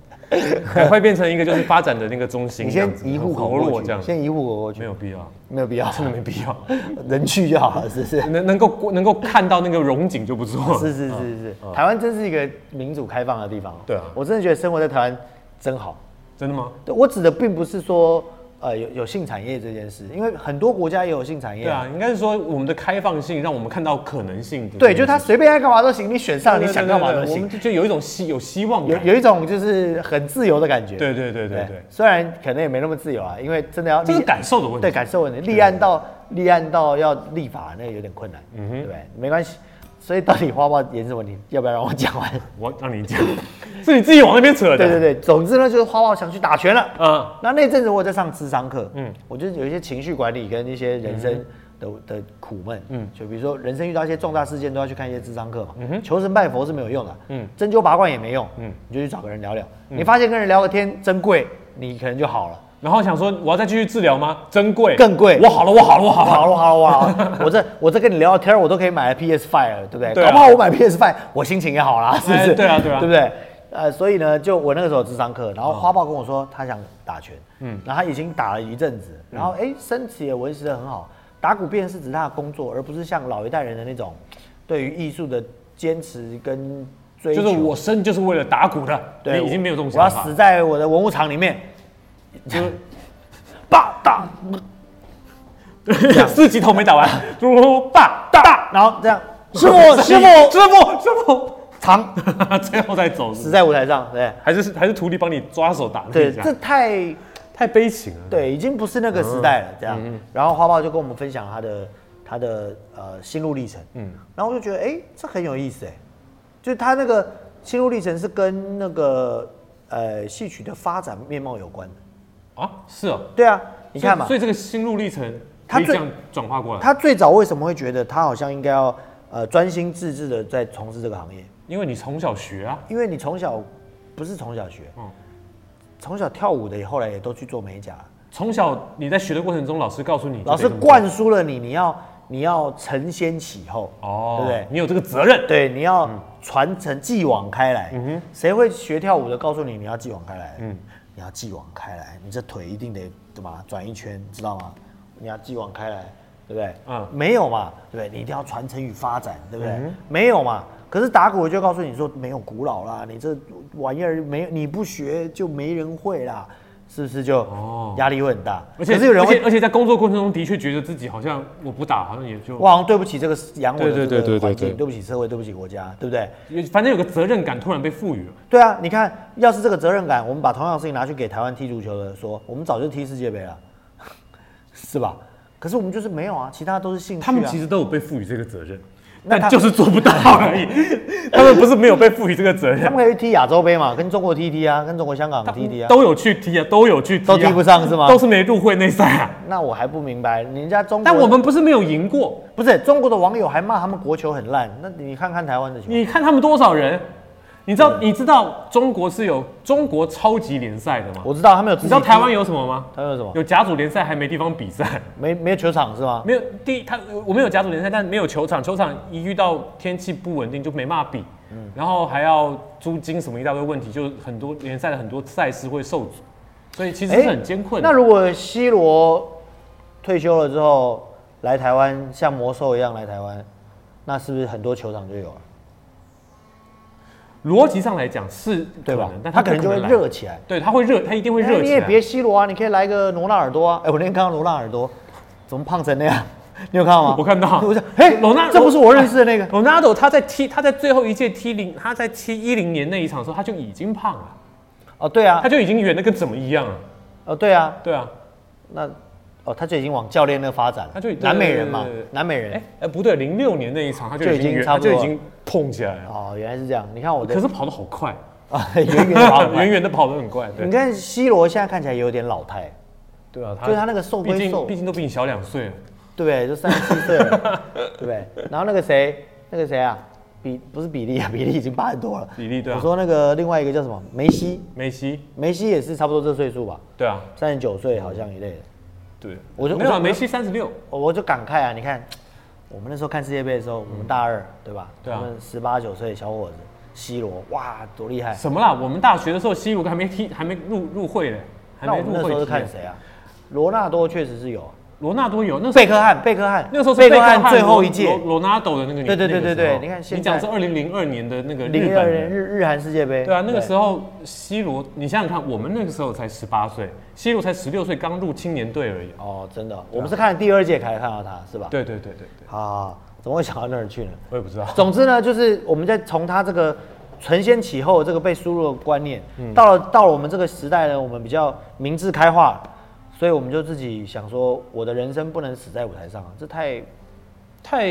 [SPEAKER 1] 赶快变成一个就是发展的那个中心
[SPEAKER 2] 你
[SPEAKER 1] 这样
[SPEAKER 2] 先
[SPEAKER 1] 子，
[SPEAKER 2] 移户
[SPEAKER 1] 很
[SPEAKER 2] 口
[SPEAKER 1] 活
[SPEAKER 2] 过
[SPEAKER 1] 络这样
[SPEAKER 2] 去，
[SPEAKER 1] 子，
[SPEAKER 2] 先移户口过去，
[SPEAKER 1] 没有必要，
[SPEAKER 2] 没有必要，
[SPEAKER 1] 真的没必要。 嗯
[SPEAKER 2] 人去就 好了，是不是？
[SPEAKER 1] 能能够能够看到那个荣景就不错了。
[SPEAKER 2] 是是是是是，台湾真是一个民主开放的地方哦。
[SPEAKER 1] 嗯对啊
[SPEAKER 2] 我真的觉得生活在台湾真好。
[SPEAKER 1] 真的吗？
[SPEAKER 2] 对我指的并不是说呃有有性产业这件事，因为很多国家也有性产业
[SPEAKER 1] 对
[SPEAKER 2] 啊。
[SPEAKER 1] 啊，应该是说我们的开放性让我们看到可能性。
[SPEAKER 2] 对，就他随便爱干嘛都行，你选上
[SPEAKER 1] 对
[SPEAKER 2] 你
[SPEAKER 1] 对
[SPEAKER 2] 想
[SPEAKER 1] 对
[SPEAKER 2] 干嘛都
[SPEAKER 1] 啊对我
[SPEAKER 2] 行
[SPEAKER 1] 们，就就有一种希有希望
[SPEAKER 2] 有
[SPEAKER 1] 感。
[SPEAKER 2] 有一种就是很自由的感觉。
[SPEAKER 1] 对对对对对，
[SPEAKER 2] 虽然可能也没那么自由啊，因为真的要
[SPEAKER 1] 这是
[SPEAKER 2] 立
[SPEAKER 1] 感受的问题。
[SPEAKER 2] 对感受问题，立案到立案到要立法那有点困难，嗯对不对？没关系，所以到底花豹演什么？你要不要让我 讲完？
[SPEAKER 1] 我让你讲，是你自己往那边扯的。
[SPEAKER 2] 对对对，总之呢，就是花豹想去打拳了。
[SPEAKER 1] 啊，
[SPEAKER 2] 那那阵子我有在上智商课，
[SPEAKER 1] 嗯
[SPEAKER 2] 嗯，我就是有一些情绪管理跟一些人生的、的苦闷，嗯，就比如说人生遇到一些重大事件都要去看一些智商课嘛，求神拜佛是没有用的，
[SPEAKER 1] 嗯
[SPEAKER 2] 嗯，针灸拔罐也没用，
[SPEAKER 1] 嗯
[SPEAKER 2] 嗯，你就去找个人聊聊，你发现跟人聊个天珍贵，你可能就好了。
[SPEAKER 1] 然后想说我要再继续治疗吗？珍贵，
[SPEAKER 2] 更贵
[SPEAKER 1] 我好了，我好了，我好了。
[SPEAKER 2] 好了好了我好了，我这我这跟你聊聊天，我都可以买 PS Five 了，对不对？
[SPEAKER 1] 对啊
[SPEAKER 2] 搞不好我买 PS Five，我心情也好啦，是不
[SPEAKER 1] 哎
[SPEAKER 2] 是？
[SPEAKER 1] 对啊对啊
[SPEAKER 2] 对不对？呃，所以呢，就我那个时候有智商课，然后花豹跟我说他想打拳，嗯，然后他已经打了一阵子，
[SPEAKER 1] 嗯
[SPEAKER 2] 然后哎、身体也维持的很好。打鼓变是指他的工作，而不是像老一代人的那种对于艺术的坚持跟追
[SPEAKER 1] 就
[SPEAKER 2] 求。
[SPEAKER 1] 是我生就是为了打鼓的，
[SPEAKER 2] 对，
[SPEAKER 1] 你已经没有这种
[SPEAKER 2] 我要
[SPEAKER 1] 想法
[SPEAKER 2] 死。在我的文物厂里面， 就是爸打
[SPEAKER 1] 四级头没 打完，如果爸
[SPEAKER 2] 打，然后 这样，师傅师傅
[SPEAKER 1] 师傅师傅，
[SPEAKER 2] 长
[SPEAKER 1] 最后再走是不
[SPEAKER 2] 死
[SPEAKER 1] 是，
[SPEAKER 2] 在舞台上，对
[SPEAKER 1] 还是还是徒弟帮你抓手打那
[SPEAKER 2] 对，
[SPEAKER 1] 一下
[SPEAKER 2] 这太
[SPEAKER 1] 太悲情了。
[SPEAKER 2] 对，已经不是那个时代了，这样。
[SPEAKER 1] 嗯
[SPEAKER 2] 然后花豹就跟我们分享他的他的呃心路历程，嗯，然后我就觉得哎、这很有意思哎、就是他那个心路历程是跟那个呃戏曲的发展面貌有关的，
[SPEAKER 1] 啊，是哦，
[SPEAKER 2] 对啊，你看嘛
[SPEAKER 1] 所以，所以这个心路历程
[SPEAKER 2] 他
[SPEAKER 1] 可以这
[SPEAKER 2] 最
[SPEAKER 1] 样转化过来，
[SPEAKER 2] 他最早为什么会觉得他好像应该要呃专心致志的在从事这个行业？
[SPEAKER 1] 因为你从小学啊，
[SPEAKER 2] 因为你从小不是从小学，
[SPEAKER 1] 嗯
[SPEAKER 2] 从小跳舞的也后来也都去做美甲了。
[SPEAKER 1] 从小你在学的过程中，老师告诉你，
[SPEAKER 2] 老师
[SPEAKER 1] 就得这么做
[SPEAKER 2] 灌输了你，你要你要承先启后，
[SPEAKER 1] 哦，嗯
[SPEAKER 2] 对不对？
[SPEAKER 1] 你有这个责任，
[SPEAKER 2] 对，你要传承继往开来。
[SPEAKER 1] 嗯
[SPEAKER 2] 谁会学跳舞的告诉你你要继往开来？嗯，你要继往开来，你这腿一定得怎么转一圈，知道吗？你要继往开来，对不对？
[SPEAKER 1] 嗯
[SPEAKER 2] 嗯，没有嘛，对不对？你一定要传承与发展，对不对？没有嘛。可是打鼓就告诉你说没有古老啦，你这玩意儿没你不学就没人会啦，是不是就
[SPEAKER 1] 哦
[SPEAKER 2] 压力会很大？
[SPEAKER 1] 而且
[SPEAKER 2] 可是有人
[SPEAKER 1] 而
[SPEAKER 2] 会
[SPEAKER 1] 且而且在工作过程中的确觉得自己好像我不打，好像也就
[SPEAKER 2] 我好像对不起这个养我的
[SPEAKER 1] 对对对
[SPEAKER 2] 这
[SPEAKER 1] 对对
[SPEAKER 2] 个环
[SPEAKER 1] 对
[SPEAKER 2] 境，对不起社会，对不起国家，对不对？
[SPEAKER 1] 也反正有个责任感突然被赋予了，
[SPEAKER 2] 对啊，你看，要是这个责任感，我们把同样的事情拿去给台湾踢足球的说，我们早就踢世界杯了， 是吧？可是我们就是没有啊，其他都是兴趣、啊。
[SPEAKER 1] 他们其实都有被赋予这个责任，
[SPEAKER 2] 那
[SPEAKER 1] 但
[SPEAKER 2] 他
[SPEAKER 1] 就是做不到而 已。他们不是没有被赋予这个责
[SPEAKER 2] 他
[SPEAKER 1] 任，
[SPEAKER 2] 们可以去踢亚洲杯嘛，跟中国踢一踢啊，跟中国香港踢一踢啊。
[SPEAKER 1] 都有去踢啊，都有去踢啊，
[SPEAKER 2] 都踢不上是吗
[SPEAKER 1] 都是没入会内赛啊。
[SPEAKER 2] 那我还不明白，人家中国，
[SPEAKER 1] 但我们不是没有赢过，
[SPEAKER 2] 不是中国的网友还骂他们国球很烂，那你看看台湾的球，
[SPEAKER 1] 你看他们多少人，你知道你知道中国是有中国超级联赛的吗？
[SPEAKER 2] 我知道他们有自
[SPEAKER 1] 你
[SPEAKER 2] 己
[SPEAKER 1] 知道
[SPEAKER 2] 踢
[SPEAKER 1] 台湾有什么吗？
[SPEAKER 2] 台湾有什么？
[SPEAKER 1] 有甲组联赛还没地方比赛。
[SPEAKER 2] 没没有球场是吗？
[SPEAKER 1] 没有第一，他我们有甲组联赛，但没有球场，球场一遇到天气不稳定就没办法比，
[SPEAKER 2] 嗯
[SPEAKER 1] 然后还要租金什么一大堆问题，就很多联赛的很多赛事会受阻，所以其实是很艰困的。
[SPEAKER 2] 哎那如果 C 罗退休了之后来台湾，像魔兽一样来台湾，那是不是很多球场就有了？
[SPEAKER 1] 逻辑上来讲是
[SPEAKER 2] 对
[SPEAKER 1] 可
[SPEAKER 2] 吧
[SPEAKER 1] 能？但
[SPEAKER 2] 他
[SPEAKER 1] 他
[SPEAKER 2] 可能就会
[SPEAKER 1] 来，
[SPEAKER 2] 热起来。
[SPEAKER 1] 对，他会热，他一定会
[SPEAKER 2] 哎
[SPEAKER 1] 热
[SPEAKER 2] 你
[SPEAKER 1] 起
[SPEAKER 2] 也别
[SPEAKER 1] 来。
[SPEAKER 2] C 罗啊，你可以来个罗纳尔多啊。哎、我那天看到罗纳尔多，怎么胖成那样？ 你有看到吗？
[SPEAKER 1] 我看到
[SPEAKER 2] 我说，嘿，
[SPEAKER 1] 罗纳
[SPEAKER 2] 这不是我认识的那个。
[SPEAKER 1] 罗纳尔多他在踢他在最后一届踢零他在踢一零年那一场的时候他就已经胖了，
[SPEAKER 2] 哦，对啊
[SPEAKER 1] 他，就已经圆的跟怎么一样了。
[SPEAKER 2] 哦，对啊，
[SPEAKER 1] 对啊，
[SPEAKER 2] 那哦，他就已经往教练那发展了。
[SPEAKER 1] 他就已
[SPEAKER 2] 南美人嘛
[SPEAKER 1] 对对对对，
[SPEAKER 2] 南美
[SPEAKER 1] 哎、
[SPEAKER 2] 人。
[SPEAKER 1] 哎不对，零六年那一场他就
[SPEAKER 2] 就
[SPEAKER 1] 已
[SPEAKER 2] 已
[SPEAKER 1] 经
[SPEAKER 2] 经
[SPEAKER 1] 圆，
[SPEAKER 2] 差
[SPEAKER 1] 他
[SPEAKER 2] 不多
[SPEAKER 1] 就已
[SPEAKER 2] 了
[SPEAKER 1] 经碰起来了。
[SPEAKER 2] 哦，原来是这样。你看我
[SPEAKER 1] 可
[SPEAKER 2] 的
[SPEAKER 1] 是跑得好快，
[SPEAKER 2] 啊， 远 远跑
[SPEAKER 1] 远远的跑得很快，对
[SPEAKER 2] 你看 C 罗现在看起来也有点老态，
[SPEAKER 1] 对啊，
[SPEAKER 2] 就是他那个瘦
[SPEAKER 1] 毕
[SPEAKER 2] 归
[SPEAKER 1] 竟
[SPEAKER 2] 瘦
[SPEAKER 1] 毕，竟都比你小两岁了，
[SPEAKER 2] 对不对？就三十七岁了，对不对？然后那个谁，那个谁啊，比不是比利啊，比利已经八十多了。
[SPEAKER 1] 比利对
[SPEAKER 2] 我
[SPEAKER 1] 啊，
[SPEAKER 2] 说那个另外一个叫什么梅西，
[SPEAKER 1] 梅西
[SPEAKER 2] 梅西也是差不多这岁数吧，
[SPEAKER 1] 对啊，
[SPEAKER 2] 三十九岁好像一类的。
[SPEAKER 1] 对，
[SPEAKER 2] 我就
[SPEAKER 1] 没有
[SPEAKER 2] 我
[SPEAKER 1] 啊，
[SPEAKER 2] 就
[SPEAKER 1] 梅西三十六，
[SPEAKER 2] 我我就感慨啊，你看我们那时候看世界杯的时候，我们大二对吧？
[SPEAKER 1] 对啊
[SPEAKER 2] 他们十八九岁的小伙子，C 罗哇多厉害！
[SPEAKER 1] 什么啦？我们大学的时候，C 罗还没踢，还没入入会嘞，还
[SPEAKER 2] 那
[SPEAKER 1] 没
[SPEAKER 2] 我们那
[SPEAKER 1] 入
[SPEAKER 2] 时
[SPEAKER 1] 会
[SPEAKER 2] 候是
[SPEAKER 1] 踢
[SPEAKER 2] 看
[SPEAKER 1] 嘞。
[SPEAKER 2] 谁啊？罗纳多确实是有啊，
[SPEAKER 1] 罗纳多有那时候
[SPEAKER 2] 贝克汉，贝克汉
[SPEAKER 1] 那个时候是
[SPEAKER 2] 贝
[SPEAKER 1] 克
[SPEAKER 2] 克汉最后一
[SPEAKER 1] 罗
[SPEAKER 2] 届
[SPEAKER 1] 罗罗纳多的那个年
[SPEAKER 2] 对对
[SPEAKER 1] 那个
[SPEAKER 2] 对对
[SPEAKER 1] 时候
[SPEAKER 2] 对你看现在
[SPEAKER 1] 你讲是二零零二年的那个日
[SPEAKER 2] 零二
[SPEAKER 1] 本
[SPEAKER 2] 年
[SPEAKER 1] 人。
[SPEAKER 2] 日日韩世界杯。
[SPEAKER 1] 对啊，那个时候 C 罗，你想想看，我们那个时候才十八岁，C 罗才十六岁，刚入青年队而已。
[SPEAKER 2] 哦，真的，我们是看了第二届才看到他，是吧？
[SPEAKER 1] 啊对对对对对，
[SPEAKER 2] 啊，怎么会想到那儿去呢？
[SPEAKER 1] 我也不知道。
[SPEAKER 2] 总之呢，就是我们在从他这个承先启后这个被输入的观念，
[SPEAKER 1] 嗯
[SPEAKER 2] 到了到了我们这个时代呢，我们比较明智开化，所以我们就自己想说，我的人生不能死在舞台上啊，这太
[SPEAKER 1] 太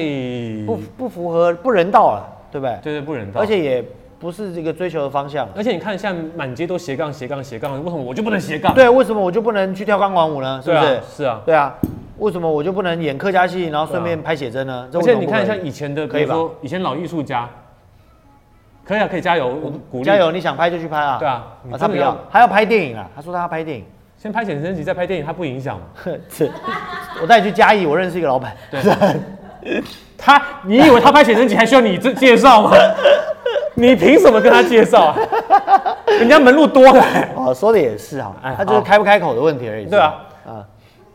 [SPEAKER 2] 不不符合不人道了，对不对？
[SPEAKER 1] 嗯对对不人道，
[SPEAKER 2] 而且也不是这个追求的方向。
[SPEAKER 1] 而且你看，现在满街都斜杠斜杠斜杠，为什么我就不能斜杠？
[SPEAKER 2] 对，为什么我就不能去跳钢管舞呢？是
[SPEAKER 1] 啊对
[SPEAKER 2] 不
[SPEAKER 1] 啊
[SPEAKER 2] 是？
[SPEAKER 1] 是啊
[SPEAKER 2] 对啊，为什么我就不能演客家戏，然后顺
[SPEAKER 1] 对
[SPEAKER 2] 便
[SPEAKER 1] 啊
[SPEAKER 2] 拍写真呢？这
[SPEAKER 1] 而
[SPEAKER 2] 为
[SPEAKER 1] 且
[SPEAKER 2] 什么
[SPEAKER 1] 你
[SPEAKER 2] 不
[SPEAKER 1] 看
[SPEAKER 2] 可以
[SPEAKER 1] 像以前的，
[SPEAKER 2] 可
[SPEAKER 1] 比
[SPEAKER 2] 以
[SPEAKER 1] 如说以前老艺术家，可以啊，可以加油，我鼓励
[SPEAKER 2] 加油，你想拍就去拍啊。
[SPEAKER 1] 对啊你
[SPEAKER 2] 他
[SPEAKER 1] 真的
[SPEAKER 2] 不
[SPEAKER 1] 要
[SPEAKER 2] 要，他要拍电影啊。他说他要拍电影。
[SPEAKER 1] 先拍显身集，再拍电影，它不影响嘛。
[SPEAKER 2] 是， 我带你去嘉义，我认识一个老板。
[SPEAKER 1] 对， 他，你以为他拍写真集还需要你这介绍 吗？你凭什么跟他介 绍啊？人家门路多了、
[SPEAKER 2] 哦，说的也是哈
[SPEAKER 1] 哎，
[SPEAKER 2] 他就是
[SPEAKER 1] 好
[SPEAKER 2] 开不开口的问题而已。
[SPEAKER 1] 对啊，
[SPEAKER 2] 啊，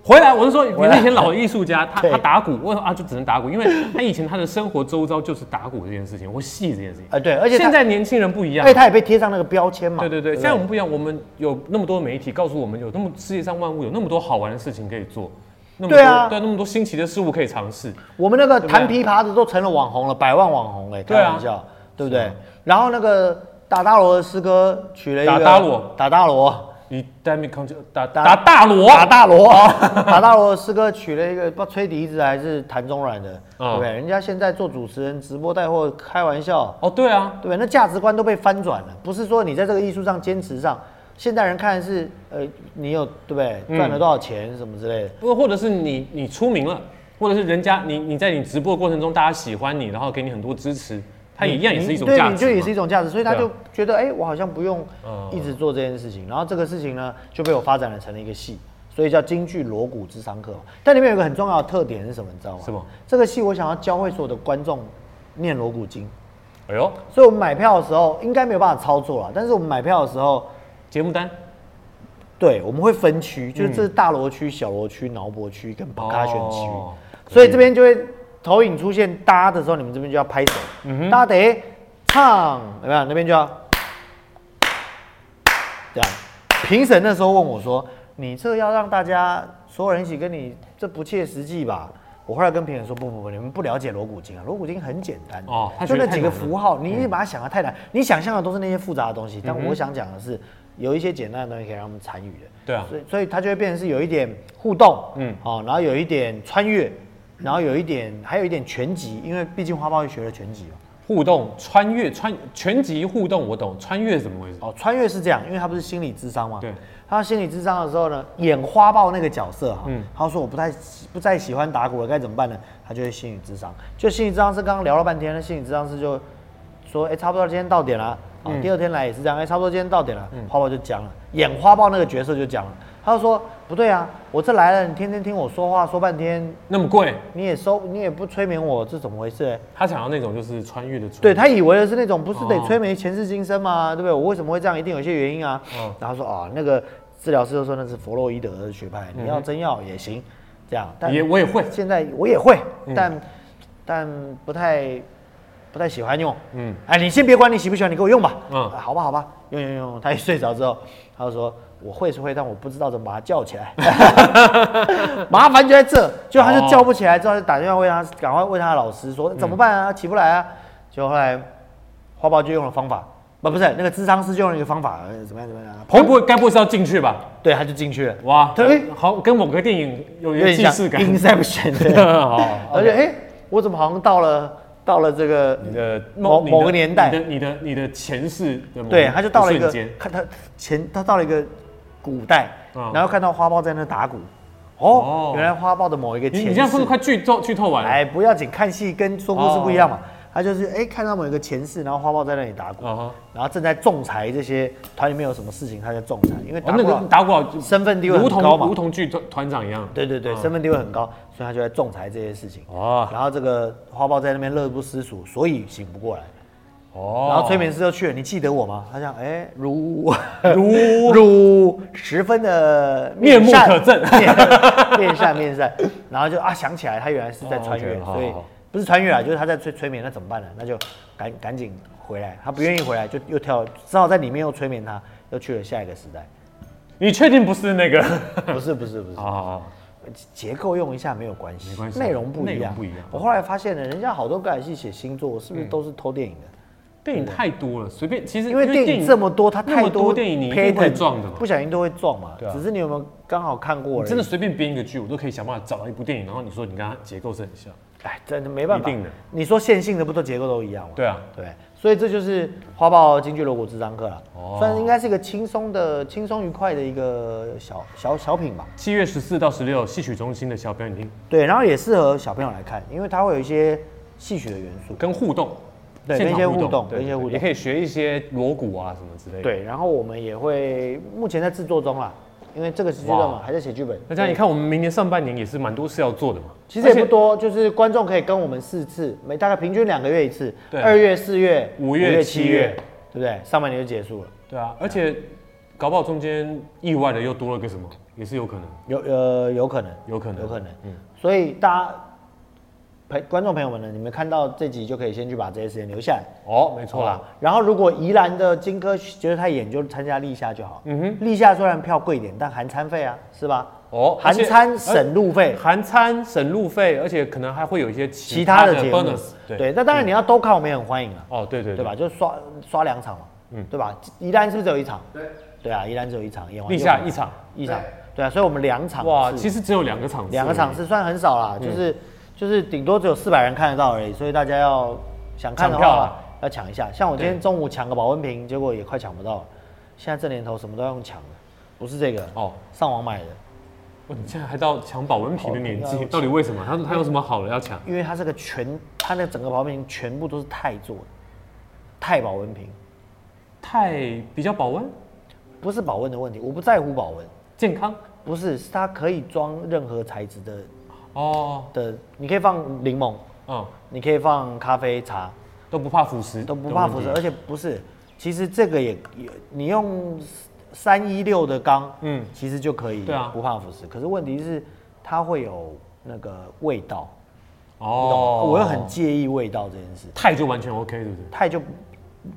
[SPEAKER 1] 回来，我是说，比如
[SPEAKER 2] 回来
[SPEAKER 1] 那些老艺术家，他
[SPEAKER 2] 对
[SPEAKER 1] 他打鼓，为什么啊？就只能打鼓，因为他以前他的生活周遭就是打鼓这件事情或戏这件事情。
[SPEAKER 2] 呃，对，而且他
[SPEAKER 1] 现，在年轻人不一样
[SPEAKER 2] 而且，他也被贴上那个标签嘛。
[SPEAKER 1] 对对对，
[SPEAKER 2] 不
[SPEAKER 1] 现在我们不一样，我们有那么多媒体告诉我们，有那么世界上万物有那么多好玩的事情可以做，那么多
[SPEAKER 2] 对啊
[SPEAKER 1] 对，那么多新奇的事物可以尝试。
[SPEAKER 2] 我们那个
[SPEAKER 1] 对不
[SPEAKER 2] 弹
[SPEAKER 1] 对
[SPEAKER 2] 琵琶的都成了网红了，百万网红哎，开
[SPEAKER 1] 对啊
[SPEAKER 2] 玩笑，对不对？然后那个打大罗的师哥娶了一个
[SPEAKER 1] 打大罗，
[SPEAKER 2] 打大罗，
[SPEAKER 1] 你单面康就打
[SPEAKER 2] 打
[SPEAKER 1] 打大锣，
[SPEAKER 2] 打大罗，
[SPEAKER 1] 哦
[SPEAKER 2] 打大罗的师哥娶了一个不知道吹笛子还是弹中阮的，
[SPEAKER 1] 嗯
[SPEAKER 2] 对不对？人家现在做主持人、直播带货，开玩笑，
[SPEAKER 1] 哦，对啊，
[SPEAKER 2] 对不对？那价值观都被翻转了，不是说你在这个艺术上坚持上，现代人看的是呃，你有对不对？
[SPEAKER 1] 嗯
[SPEAKER 2] 赚了多少钱什么之类的，
[SPEAKER 1] 不过或者是你你出名了，或者是人家你你在你直播的过程中大家喜欢你，然后给你很多支持，它一样也是一种
[SPEAKER 2] 嗯对，
[SPEAKER 1] 价
[SPEAKER 2] 你
[SPEAKER 1] 值
[SPEAKER 2] 就也
[SPEAKER 1] 嘛
[SPEAKER 2] 是。一种价值，所以他
[SPEAKER 1] 对啊
[SPEAKER 2] 就觉得，哎、我好像不用
[SPEAKER 1] 嗯
[SPEAKER 2] 一直做这件事情。然后这个事情呢，就被我发展了成了一个戏，所以叫京剧锣鼓之商课。但里面有一个很重要的特点是什么？你知道吗？
[SPEAKER 1] 什么？
[SPEAKER 2] 这个戏我想要教会所有的观众念锣鼓经，
[SPEAKER 1] 哎呦，
[SPEAKER 2] 所以我们买票的时候应该没有办法操作了，但是我们买票的时候。
[SPEAKER 1] 节目单
[SPEAKER 2] 对，我们会分
[SPEAKER 1] 嗯
[SPEAKER 2] 区，就是这是大锣区、小锣区、挠脖区跟巴卡选区，
[SPEAKER 1] 哦
[SPEAKER 2] 所以这边就会投影出现搭的时候，你们这边就要拍手，
[SPEAKER 1] 嗯
[SPEAKER 2] 搭得唱有没有？那边就要这样。评审那时候问我说：“你这要让大家所有人一起跟你，这不切实际吧？”我后来跟评审说：“不不不，你们不了解锣鼓经啊，锣鼓经很简单
[SPEAKER 1] 哦他
[SPEAKER 2] 就
[SPEAKER 1] 觉得
[SPEAKER 2] 那
[SPEAKER 1] 太
[SPEAKER 2] 几个
[SPEAKER 1] 难了嗯
[SPEAKER 2] 符号，你一直把它想的太难，你想象的都是那些复杂的东西，但我想讲的是有一些简单的东西可以让他们参与的。
[SPEAKER 1] 对啊
[SPEAKER 2] 所以所以它就会变成是有一点互动，
[SPEAKER 1] 嗯
[SPEAKER 2] 嗯，哦，然后有一点穿越，然后有一点还有一点拳击，因为毕竟花豹也学了拳击嘛。
[SPEAKER 1] 互动穿越穿全集互动我懂，穿越怎么回事？
[SPEAKER 2] 哦，穿越是这样，因为他不是心理智商嘛。
[SPEAKER 1] 对。
[SPEAKER 2] 他心理智商的时候呢，演花豹那个角色哈，
[SPEAKER 1] 嗯
[SPEAKER 2] 他说我不太不再喜欢打鼓了，该怎么办呢？他就会心理智商，就心理智商是刚刚聊了半天，那心理智商是就说，哎、差不多今天到点了，啊、
[SPEAKER 1] 嗯
[SPEAKER 2] 第二天来也是这样，哎、差不多今天到点了，花豹就讲了，演花豹那个角色就讲了，他就说不对啊，我这来了，你天天听我说话说半天，
[SPEAKER 1] 那么贵，
[SPEAKER 2] 你也收你也不催眠我，这怎么回事、
[SPEAKER 1] 他想要那种就是穿越的穿越
[SPEAKER 2] 对他以为的是那种不是得
[SPEAKER 1] 哦
[SPEAKER 2] 催眠前世今生吗？对不对？我为什么会这样？一定有些原因啊。
[SPEAKER 1] 嗯
[SPEAKER 2] 然后说啊，那个治疗师就说那是弗洛伊德的学派，你要真要也行，这样。但
[SPEAKER 1] 嗯也我也会，
[SPEAKER 2] 现在我也会，但但不太不太喜欢用。
[SPEAKER 1] 嗯
[SPEAKER 2] 嗯，哎，你先别管你喜不喜欢，你给我用吧。
[SPEAKER 1] 嗯
[SPEAKER 2] 嗯，好吧，好吧，用用用。他一睡着之后， 他就说我会是会，但我不知道怎么把他叫起来。 麻烦就在这，就他就叫不起来，之后就打电话问他，赶快问他老师说怎么办啊，起不来啊。就后来花豹就用了方法，不不是那个智商师就用了一个方法，呃怎么样怎么样啊，
[SPEAKER 1] 该不会该不会是要进去吧？
[SPEAKER 2] 对，他就进去了，
[SPEAKER 1] 哇，呃
[SPEAKER 2] 对
[SPEAKER 1] 好，跟某个电影有
[SPEAKER 2] 有
[SPEAKER 1] 一个
[SPEAKER 2] 点
[SPEAKER 1] 既
[SPEAKER 2] 像
[SPEAKER 1] 视感。
[SPEAKER 2] Inception 对。
[SPEAKER 1] 好，
[SPEAKER 2] 而且哎、诶我怎么好像到了到了这个
[SPEAKER 1] 你的
[SPEAKER 2] 某
[SPEAKER 1] 你的
[SPEAKER 2] 某个年代
[SPEAKER 1] 你的你的你的前世的某
[SPEAKER 2] 对，他就到了一个
[SPEAKER 1] 瞬间
[SPEAKER 2] 看他前他到了一个古代，
[SPEAKER 1] 嗯
[SPEAKER 2] 然后看到花豹在那打鼓，
[SPEAKER 1] 哦
[SPEAKER 2] 哦，原来花豹的某一个
[SPEAKER 1] 你
[SPEAKER 2] 前世，
[SPEAKER 1] 你这样是不是快剧透剧透完了？
[SPEAKER 2] 哎，不要紧，看戏跟说故事不一样嘛。
[SPEAKER 1] 哦
[SPEAKER 2] 他就是哎、看到某一个前世，然后花豹在那里打鼓，
[SPEAKER 1] 啊哈，
[SPEAKER 2] 然后正在仲裁这些团里面有什么事情，他在仲裁，因为
[SPEAKER 1] 哦
[SPEAKER 2] 打啊
[SPEAKER 1] 那
[SPEAKER 2] 鼓
[SPEAKER 1] 个
[SPEAKER 2] 佬、
[SPEAKER 1] 打鼓佬就
[SPEAKER 2] 身份地位
[SPEAKER 1] 如
[SPEAKER 2] 很高
[SPEAKER 1] 同
[SPEAKER 2] 嘛
[SPEAKER 1] 如，同剧团团长一样。
[SPEAKER 2] 对对对，身份地位很高，所以他就在仲裁这些事情。
[SPEAKER 1] 哦
[SPEAKER 2] 然后这个花豹在那边乐不思蜀，所以醒不过来。
[SPEAKER 1] 哦
[SPEAKER 2] 然后催眠师就去了，你记得我吗？他讲，哎， 如
[SPEAKER 1] 如
[SPEAKER 2] 如十分的善
[SPEAKER 1] 面目可憎
[SPEAKER 2] 面面善面善，然后就啊想起来，他原来是在穿越，
[SPEAKER 1] 哦，OK，好
[SPEAKER 2] 所以
[SPEAKER 1] 好好
[SPEAKER 2] 不是穿越啊，就是他在催催眠，那怎么办呢？那就赶赶紧回来，他不愿意回来，就又跳，只好在里面又催眠他，又去了下一 个时代。
[SPEAKER 1] 你确定不是那 个？
[SPEAKER 2] 不是不是不是
[SPEAKER 1] 好，好
[SPEAKER 2] 啊
[SPEAKER 1] 好，
[SPEAKER 2] 结构用一下没有关系，
[SPEAKER 1] 没关系
[SPEAKER 2] 内容不
[SPEAKER 1] 内
[SPEAKER 2] 一
[SPEAKER 1] 容
[SPEAKER 2] 样
[SPEAKER 1] 不一样嗯
[SPEAKER 2] 我后来发现呢，人家好多歌仔戏写星座，是不是都是偷电影的？
[SPEAKER 1] 电影太多了，随便其实
[SPEAKER 2] 因为电影这么多，它
[SPEAKER 1] 那
[SPEAKER 2] 太
[SPEAKER 1] 么多电影你一定会
[SPEAKER 2] pattern，
[SPEAKER 1] 撞的嘛
[SPEAKER 2] 不。小心都会撞嘛。
[SPEAKER 1] 对啊
[SPEAKER 2] 只是你有没有刚好看过而已？
[SPEAKER 1] 真的随便编一个剧，我都可以想办法找到一部电影，然后你说你跟它结构是很像。
[SPEAKER 2] 哎，真的没办法。
[SPEAKER 1] 一定的
[SPEAKER 2] 你说线性的不都结构都一样吗？
[SPEAKER 1] 对啊，
[SPEAKER 2] 对，所以这就是花豹京剧锣鼓智商课了，
[SPEAKER 1] 哦
[SPEAKER 2] 啊算是应该是一个轻松的、轻松愉快的一个小小小品吧。
[SPEAKER 1] 七月十四到十六，戏曲中心的小表演厅
[SPEAKER 2] 对，然后也适合小朋友来看，因为它会有一些戏曲的元素。
[SPEAKER 1] 跟互动，
[SPEAKER 2] 对
[SPEAKER 1] 现
[SPEAKER 2] 跟一
[SPEAKER 1] 场
[SPEAKER 2] 些
[SPEAKER 1] 互
[SPEAKER 2] 互动
[SPEAKER 1] 对
[SPEAKER 2] 跟一些
[SPEAKER 1] 对
[SPEAKER 2] 互
[SPEAKER 1] 也
[SPEAKER 2] 动
[SPEAKER 1] 可以学一些锣鼓啊什么之类的。，
[SPEAKER 2] 对，然后我们也会目前在制作中啦，啊因为这个是阶段嘛，
[SPEAKER 1] 哇
[SPEAKER 2] 还在写剧本。
[SPEAKER 1] 那这样你看，我们明年上半年也是蛮多事要做的嘛。
[SPEAKER 2] 其实也
[SPEAKER 1] 而且
[SPEAKER 2] 不多，就是观众可以跟我们四次，每大概平均两个月一次，
[SPEAKER 1] 对
[SPEAKER 2] 二月、四月、
[SPEAKER 1] 五月七月，
[SPEAKER 2] 对不对？上半年就结束了。
[SPEAKER 1] 对啊，而且搞不好中间意外的又多了个什么，也是有可能。
[SPEAKER 2] 有呃有可能，
[SPEAKER 1] 有可能
[SPEAKER 2] 有可能，嗯，所以大家朋观众朋友们呢，你们看到这集就可以先去把这些时间留下来，
[SPEAKER 1] 哦，没
[SPEAKER 2] 好
[SPEAKER 1] 错
[SPEAKER 2] 啦
[SPEAKER 1] 啦，。
[SPEAKER 2] 然后如果宜兰的金科觉得太远，就参加立夏就好。嗯哼，立夏虽然票贵一点，但含餐费啊，是吧？
[SPEAKER 1] 哦
[SPEAKER 2] 含
[SPEAKER 1] 而且
[SPEAKER 2] 餐省路费，
[SPEAKER 1] 含餐省路费，而且可能还会有一些
[SPEAKER 2] 其他的节目
[SPEAKER 1] bonus。，嗯
[SPEAKER 2] 对，那当然你要都看，我们也很欢迎啊。
[SPEAKER 1] 哦，对对
[SPEAKER 2] 对吧？？就刷刷两场嘛，嗯，对吧？宜兰是不是只有一场？对，对啊，宜兰只有一场，演完
[SPEAKER 1] 哦立
[SPEAKER 2] 就
[SPEAKER 1] 夏
[SPEAKER 2] 完
[SPEAKER 1] 一场，
[SPEAKER 2] 一场，对啊，所以我们两场
[SPEAKER 1] 哇，
[SPEAKER 2] 次
[SPEAKER 1] 其实只有两个场次而已，
[SPEAKER 2] 两个场次算很少
[SPEAKER 1] 嗯
[SPEAKER 2] 啦，就是就是顶多只有四百人看得到而已，所以大家要想看的
[SPEAKER 1] 抢票
[SPEAKER 2] 话
[SPEAKER 1] 啊
[SPEAKER 2] 要抢一下。像我今天中午抢个保温瓶，结果也快抢不到了。现在这年头什么都要用抢的，不是这个
[SPEAKER 1] 哦。
[SPEAKER 2] 上网买的，
[SPEAKER 1] 哇你现在还到抢保温瓶的年
[SPEAKER 2] 好
[SPEAKER 1] 纪，到底为什么？他他有什么好的要抢？
[SPEAKER 2] 因为它这个全它那整个保温瓶全部都是钛做的，钛保温瓶
[SPEAKER 1] 太比较保温，
[SPEAKER 2] 不是保温的问题，我不在乎保温。
[SPEAKER 1] 健康
[SPEAKER 2] 不是，是它可以装任何材质的
[SPEAKER 1] 哦，
[SPEAKER 2] 的，你可以放柠檬，
[SPEAKER 1] 嗯，
[SPEAKER 2] 你可以放咖啡茶，
[SPEAKER 1] 都不怕腐蚀，
[SPEAKER 2] 都不怕腐蚀，而且不是，其实这个也也，你用三一六的缸，嗯
[SPEAKER 1] 嗯，
[SPEAKER 2] 其实就可以，
[SPEAKER 1] 对啊
[SPEAKER 2] 不怕腐蚀。可是问题是它会有那个味道，
[SPEAKER 1] 哦，
[SPEAKER 2] 我又很介意味道这件事，
[SPEAKER 1] 太就完全 OK，对不对？
[SPEAKER 2] 太就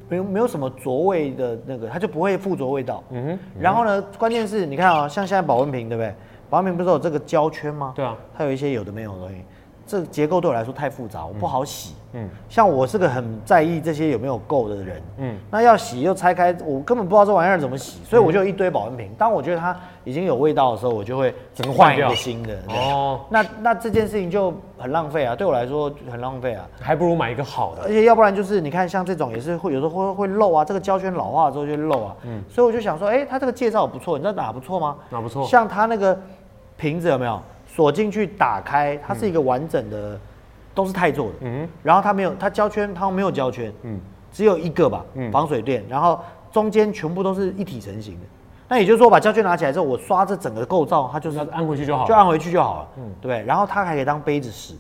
[SPEAKER 2] 没有没有什么着味的那个，它就不会附着味道。嗯哼。然后呢，关键是你看啊、像现在保温瓶对不对？保温瓶不是有这个胶圈吗？
[SPEAKER 1] 对啊，
[SPEAKER 2] 它有一些有的没有的东西，这个结构对我来说太复杂，我不好洗。嗯，像我是个很在意这些有没有够的人。嗯，那要洗又拆开，我根本不知道这玩意儿怎么洗，所以我就有一堆保温瓶。嗯当我觉得它已经有味道的时候，我就会
[SPEAKER 1] 整个
[SPEAKER 2] 换
[SPEAKER 1] 换
[SPEAKER 2] 一个
[SPEAKER 1] 掉
[SPEAKER 2] 新的。对
[SPEAKER 1] 哦，
[SPEAKER 2] 那那这件事情就很浪费啊，对我来说很浪费啊。
[SPEAKER 1] 还不如买一个好的。
[SPEAKER 2] 而且要不然就是你看，像这种也是会有时候会会漏啊，这个胶圈老化之后就漏啊。嗯，所以我就想说，哎、它这个介绍不错，你知道哪不错吗？
[SPEAKER 1] 哪不错
[SPEAKER 2] 像它那个瓶子有没有锁进去打开，它是一个完整的，都是钛做的。嗯，然后它没有，它胶圈它没有胶圈，嗯，只有一个吧，
[SPEAKER 1] 嗯
[SPEAKER 2] 防水垫，然后中间全部都是一体成型的。那也就是说，我把胶圈拿起来之后，我刷这整个构造，它就是
[SPEAKER 1] 那按回去就好
[SPEAKER 2] 就
[SPEAKER 1] 了。
[SPEAKER 2] 按回去就好了，嗯，对不对。然后它还可以当杯子使，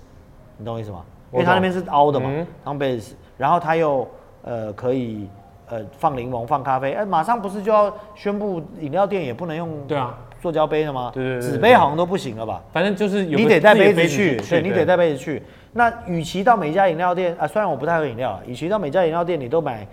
[SPEAKER 2] 你懂我意思吗？因为
[SPEAKER 1] 我懂
[SPEAKER 2] 它那边是凹的嘛，
[SPEAKER 1] 嗯
[SPEAKER 2] 当杯子使。然后它又呃可以呃放柠檬、放咖啡，哎、马上不是就要宣布饮料店也不能用
[SPEAKER 1] 对啊，
[SPEAKER 2] 塑胶杯了吗？
[SPEAKER 1] 对对对对
[SPEAKER 2] 纸杯好像都不行了吧？
[SPEAKER 1] 反正就是有个
[SPEAKER 2] 你得带
[SPEAKER 1] 自己的
[SPEAKER 2] 杯子去，对，你得带
[SPEAKER 1] 对
[SPEAKER 2] 杯子去。那与其到每一家饮料店啊，虽然我不太喝饮料啊，与其到每家饮料店你都买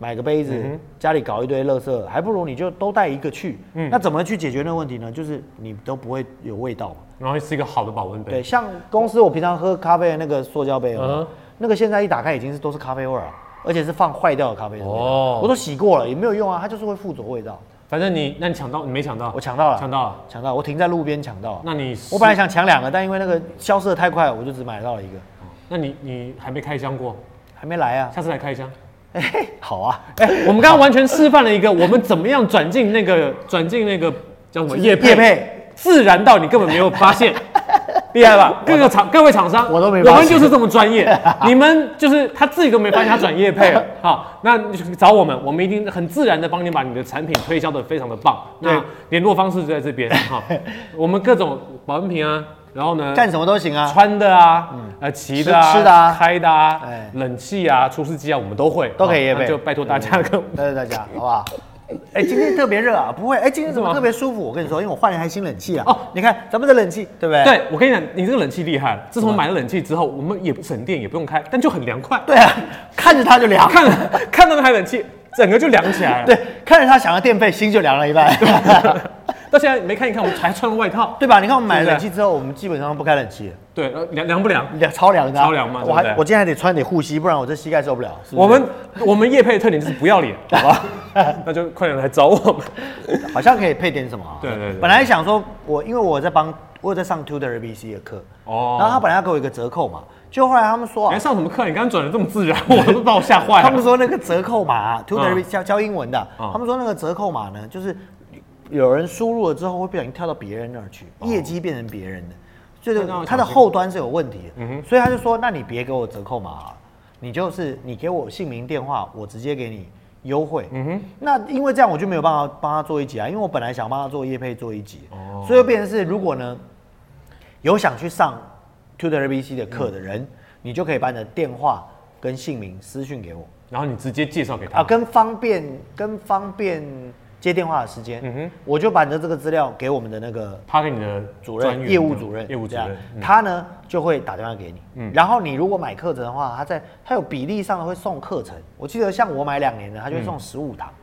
[SPEAKER 2] 买个杯子，
[SPEAKER 1] 嗯
[SPEAKER 2] 家里搞一堆垃圾，还不如你就都带一个去。
[SPEAKER 1] 嗯
[SPEAKER 2] 那怎么去解决那个问题呢？就是你都不会有味道嘛。
[SPEAKER 1] 然后是一个好的保温
[SPEAKER 2] 对，
[SPEAKER 1] 杯。
[SPEAKER 2] 像公司我平常喝咖啡的那个塑胶杯有没有
[SPEAKER 1] 嗯
[SPEAKER 2] 那个现在一打开已经是都是咖啡味儿了，而且是放坏掉的咖啡的味道。
[SPEAKER 1] 哦
[SPEAKER 2] 我都洗过了，也没有用啊，它就是会附着味道。
[SPEAKER 1] 反正你，那你抢到，你没抢到，
[SPEAKER 2] 我抢到了，
[SPEAKER 1] 抢到了。
[SPEAKER 2] 抢到，我停在路边抢到了。
[SPEAKER 1] 那你
[SPEAKER 2] 我本来想抢两个，但因为那个消失的太快，我就只买到了一个，
[SPEAKER 1] 那你你还没开箱过，
[SPEAKER 2] 还没来啊。
[SPEAKER 1] 下次来开 箱。
[SPEAKER 2] 哎、嘿好啊，
[SPEAKER 1] 哎、我们刚刚完全示范了一个我们怎么样转进那个转进那个叫什么业
[SPEAKER 2] 业配
[SPEAKER 1] 自然到你根本没有发 现，厉害吧？各个厂各位厂商，
[SPEAKER 2] 我都没发
[SPEAKER 1] 我们
[SPEAKER 2] 现
[SPEAKER 1] 就是这么专 业，你们就是他自己都没发现他转业配了。好，那你去找我们，我们一定很自然的帮你把你的产品推销的非常的棒。
[SPEAKER 2] 对
[SPEAKER 1] 那联络方式就在这边 哈，我们各种保温瓶啊，然后呢，
[SPEAKER 2] 干什么都行啊，
[SPEAKER 1] 穿的啊，呃，骑的啊，
[SPEAKER 2] 吃吃的啊
[SPEAKER 1] 开的啊
[SPEAKER 2] 哎，
[SPEAKER 1] 冷气啊，除湿机啊，我们都会，
[SPEAKER 2] 都可以嗯业
[SPEAKER 1] 好那
[SPEAKER 2] 配
[SPEAKER 1] 就拜托大家跟我们
[SPEAKER 2] 带着大家，好不好？哎、今天特别热啊，不会，哎、今天怎
[SPEAKER 1] 是
[SPEAKER 2] 么
[SPEAKER 1] 吗
[SPEAKER 2] 特别舒服？我跟你说，因为我换了一台新冷气啊。哦
[SPEAKER 1] 哦，
[SPEAKER 2] 你看咱们的冷气，对不对？
[SPEAKER 1] 对我跟你讲，你这个冷气厉害了。自从买了冷气之后，我们也不省电，也不用开，但就很凉快。
[SPEAKER 2] 对啊，看着它就 凉。
[SPEAKER 1] 看看到那台冷气，整个就凉起来了。
[SPEAKER 2] 对，看着他想要电费，心就凉了一半。
[SPEAKER 1] 到现在没看一看，我们还穿外套，
[SPEAKER 2] 对吧？你看我们买了
[SPEAKER 1] 对
[SPEAKER 2] 冷
[SPEAKER 1] 不对
[SPEAKER 2] 气之后，我们基本上不开冷气了，
[SPEAKER 1] 对，呃凉凉不凉？
[SPEAKER 2] 凉超凉的啊、
[SPEAKER 1] 超凉嘛
[SPEAKER 2] 我
[SPEAKER 1] 对
[SPEAKER 2] 还
[SPEAKER 1] 不对
[SPEAKER 2] 我今天还得穿点护膝，不然我这膝盖受不了。是不是
[SPEAKER 1] 我们我们叶配的特点就是不要脸，好吧？ 那就快点来找我们。
[SPEAKER 2] 好像可以配点什么啊？
[SPEAKER 1] 对对对
[SPEAKER 2] 本来想说我，因为我在帮我有在上 Tutor ABC 的课，
[SPEAKER 1] 哦
[SPEAKER 2] 然后他本来要给我一个折扣嘛，就后来他们说
[SPEAKER 1] 你
[SPEAKER 2] 啊
[SPEAKER 1] 还，哎上什么课？你刚刚转的这么自然，我都把我吓坏
[SPEAKER 2] 他们
[SPEAKER 1] 了。
[SPEAKER 2] 说那个折扣码 啊、Tutor
[SPEAKER 1] 嗯
[SPEAKER 2] ABC 教教英文的，
[SPEAKER 1] 嗯
[SPEAKER 2] 他们说那个折扣码呢，就是有人输入了之后会不小心跳到别人那儿去，
[SPEAKER 1] 哦
[SPEAKER 2] 业绩变成别人的，就是
[SPEAKER 1] 那要
[SPEAKER 2] 它的
[SPEAKER 1] 小心
[SPEAKER 2] 后端是有问题的，所以他就说，那你别给我折扣码啊，你就是你给我姓名电话，我直接给你。优惠，嗯哼，那因为这样我就没有办法帮他做一集啊，因为我本来想帮他做业配做一集，啊
[SPEAKER 1] 哦
[SPEAKER 2] 所以就变成是如果呢有想去上 Tutor ABC 的课的人，你就可以把你的电话跟姓名私讯给我，
[SPEAKER 1] 然后你直接介绍给他
[SPEAKER 2] 啊，跟方便跟方便接电话的时间，我就把你的这个资料给我们的那个
[SPEAKER 1] 他给你的
[SPEAKER 2] 主
[SPEAKER 1] 专
[SPEAKER 2] 任、
[SPEAKER 1] 员
[SPEAKER 2] 业务主任，
[SPEAKER 1] 业务主
[SPEAKER 2] 这
[SPEAKER 1] 任嗯
[SPEAKER 2] 样，他呢就会打电话给你，然后你如果买课程的话，他在他有比例上的会送课程，我记得像我买两年的，他就会送十五堂，
[SPEAKER 1] 嗯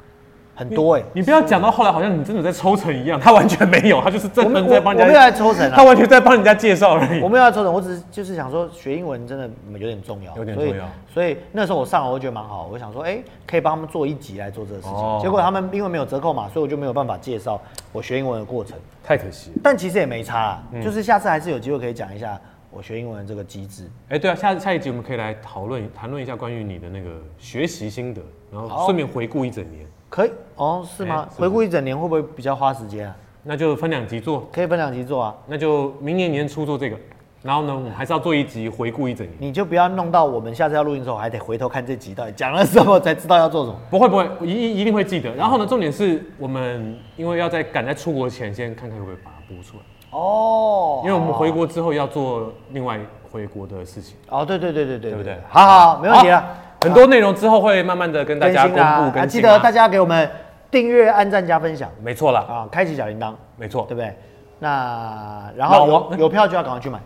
[SPEAKER 2] 很多哎、
[SPEAKER 1] 你不要讲到后来好像你真的在抽成一样，他完全没有，他就是
[SPEAKER 2] 我
[SPEAKER 1] 真
[SPEAKER 2] 们
[SPEAKER 1] 的
[SPEAKER 2] 我
[SPEAKER 1] 在帮
[SPEAKER 2] 我
[SPEAKER 1] 人
[SPEAKER 2] 没有
[SPEAKER 1] 家，
[SPEAKER 2] 在抽成啊
[SPEAKER 1] 他，完全在帮人家介绍而已
[SPEAKER 2] 我。没有在抽成，我只是就是想说学英文真的有点重要，
[SPEAKER 1] 有点
[SPEAKER 2] 所以
[SPEAKER 1] 重要
[SPEAKER 2] 所以那时候我上了，我就觉得蛮好，我想说，哎、可以帮他们做一集来做这个事情。
[SPEAKER 1] 哦
[SPEAKER 2] 结果他们因为没有折扣嘛，所以我就没有办法介绍我学英文的过程。
[SPEAKER 1] 太可惜了。
[SPEAKER 2] 但其实也没差啦，
[SPEAKER 1] 嗯
[SPEAKER 2] 就是下次还是有机会可以讲一下我学英文的这个机制。
[SPEAKER 1] 哎，对啊，下下一集我们可以来讨论谈论一下关于你的那个学习心得，然后
[SPEAKER 2] 好
[SPEAKER 1] 顺便回顾一整年，
[SPEAKER 2] 可以哦，是吗？
[SPEAKER 1] 哎是
[SPEAKER 2] 回顾一整年会不会比较花时间啊？
[SPEAKER 1] 那就分两集做，
[SPEAKER 2] 可以分两集做啊，
[SPEAKER 1] 那就明年年初做这个，然后呢，我们还是要做一集回顾一整年。
[SPEAKER 2] 你就不要弄到我们下次要录音的时候还得回头看这集到底讲了什么才知道要做什么。
[SPEAKER 1] 不会不会，我一一一定会记得。然后呢，重点是我们因为要在赶在出国前先看看会不会把它播出来，
[SPEAKER 2] 哦
[SPEAKER 1] 因为我们回国之后要做另外回国的事情，
[SPEAKER 2] 哦，对对对对对
[SPEAKER 1] 对不对
[SPEAKER 2] 好好，没问题了。
[SPEAKER 1] 很多内容之后会慢慢的跟大
[SPEAKER 2] 更
[SPEAKER 1] 家公
[SPEAKER 2] 新啦
[SPEAKER 1] 布，更新、啊。
[SPEAKER 2] 啊记得大家给我们订阅、按赞、加分享
[SPEAKER 1] 没错啦，
[SPEAKER 2] 啊，开启小铃铛，
[SPEAKER 1] 没错
[SPEAKER 2] 对不，对？那然
[SPEAKER 1] 老
[SPEAKER 2] 后
[SPEAKER 1] 王
[SPEAKER 2] 有有票就要赶快去买，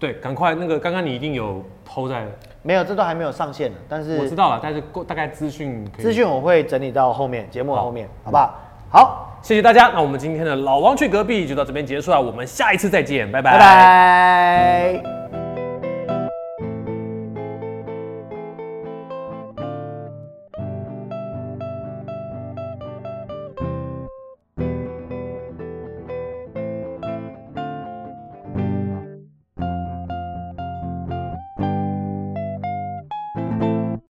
[SPEAKER 1] 对，赶快那个刚刚你一定有偷在，
[SPEAKER 2] 没有这都还没有上线呢，但
[SPEAKER 1] 我知
[SPEAKER 2] 是
[SPEAKER 1] 道了，但是过大概资讯可以。
[SPEAKER 2] 资讯我会整理到后面节目的后面，好不好？好，
[SPEAKER 1] 谢谢大家，那我们今天的老王去隔壁就到这边结束了，我们下一次再见，拜拜
[SPEAKER 2] 拜拜。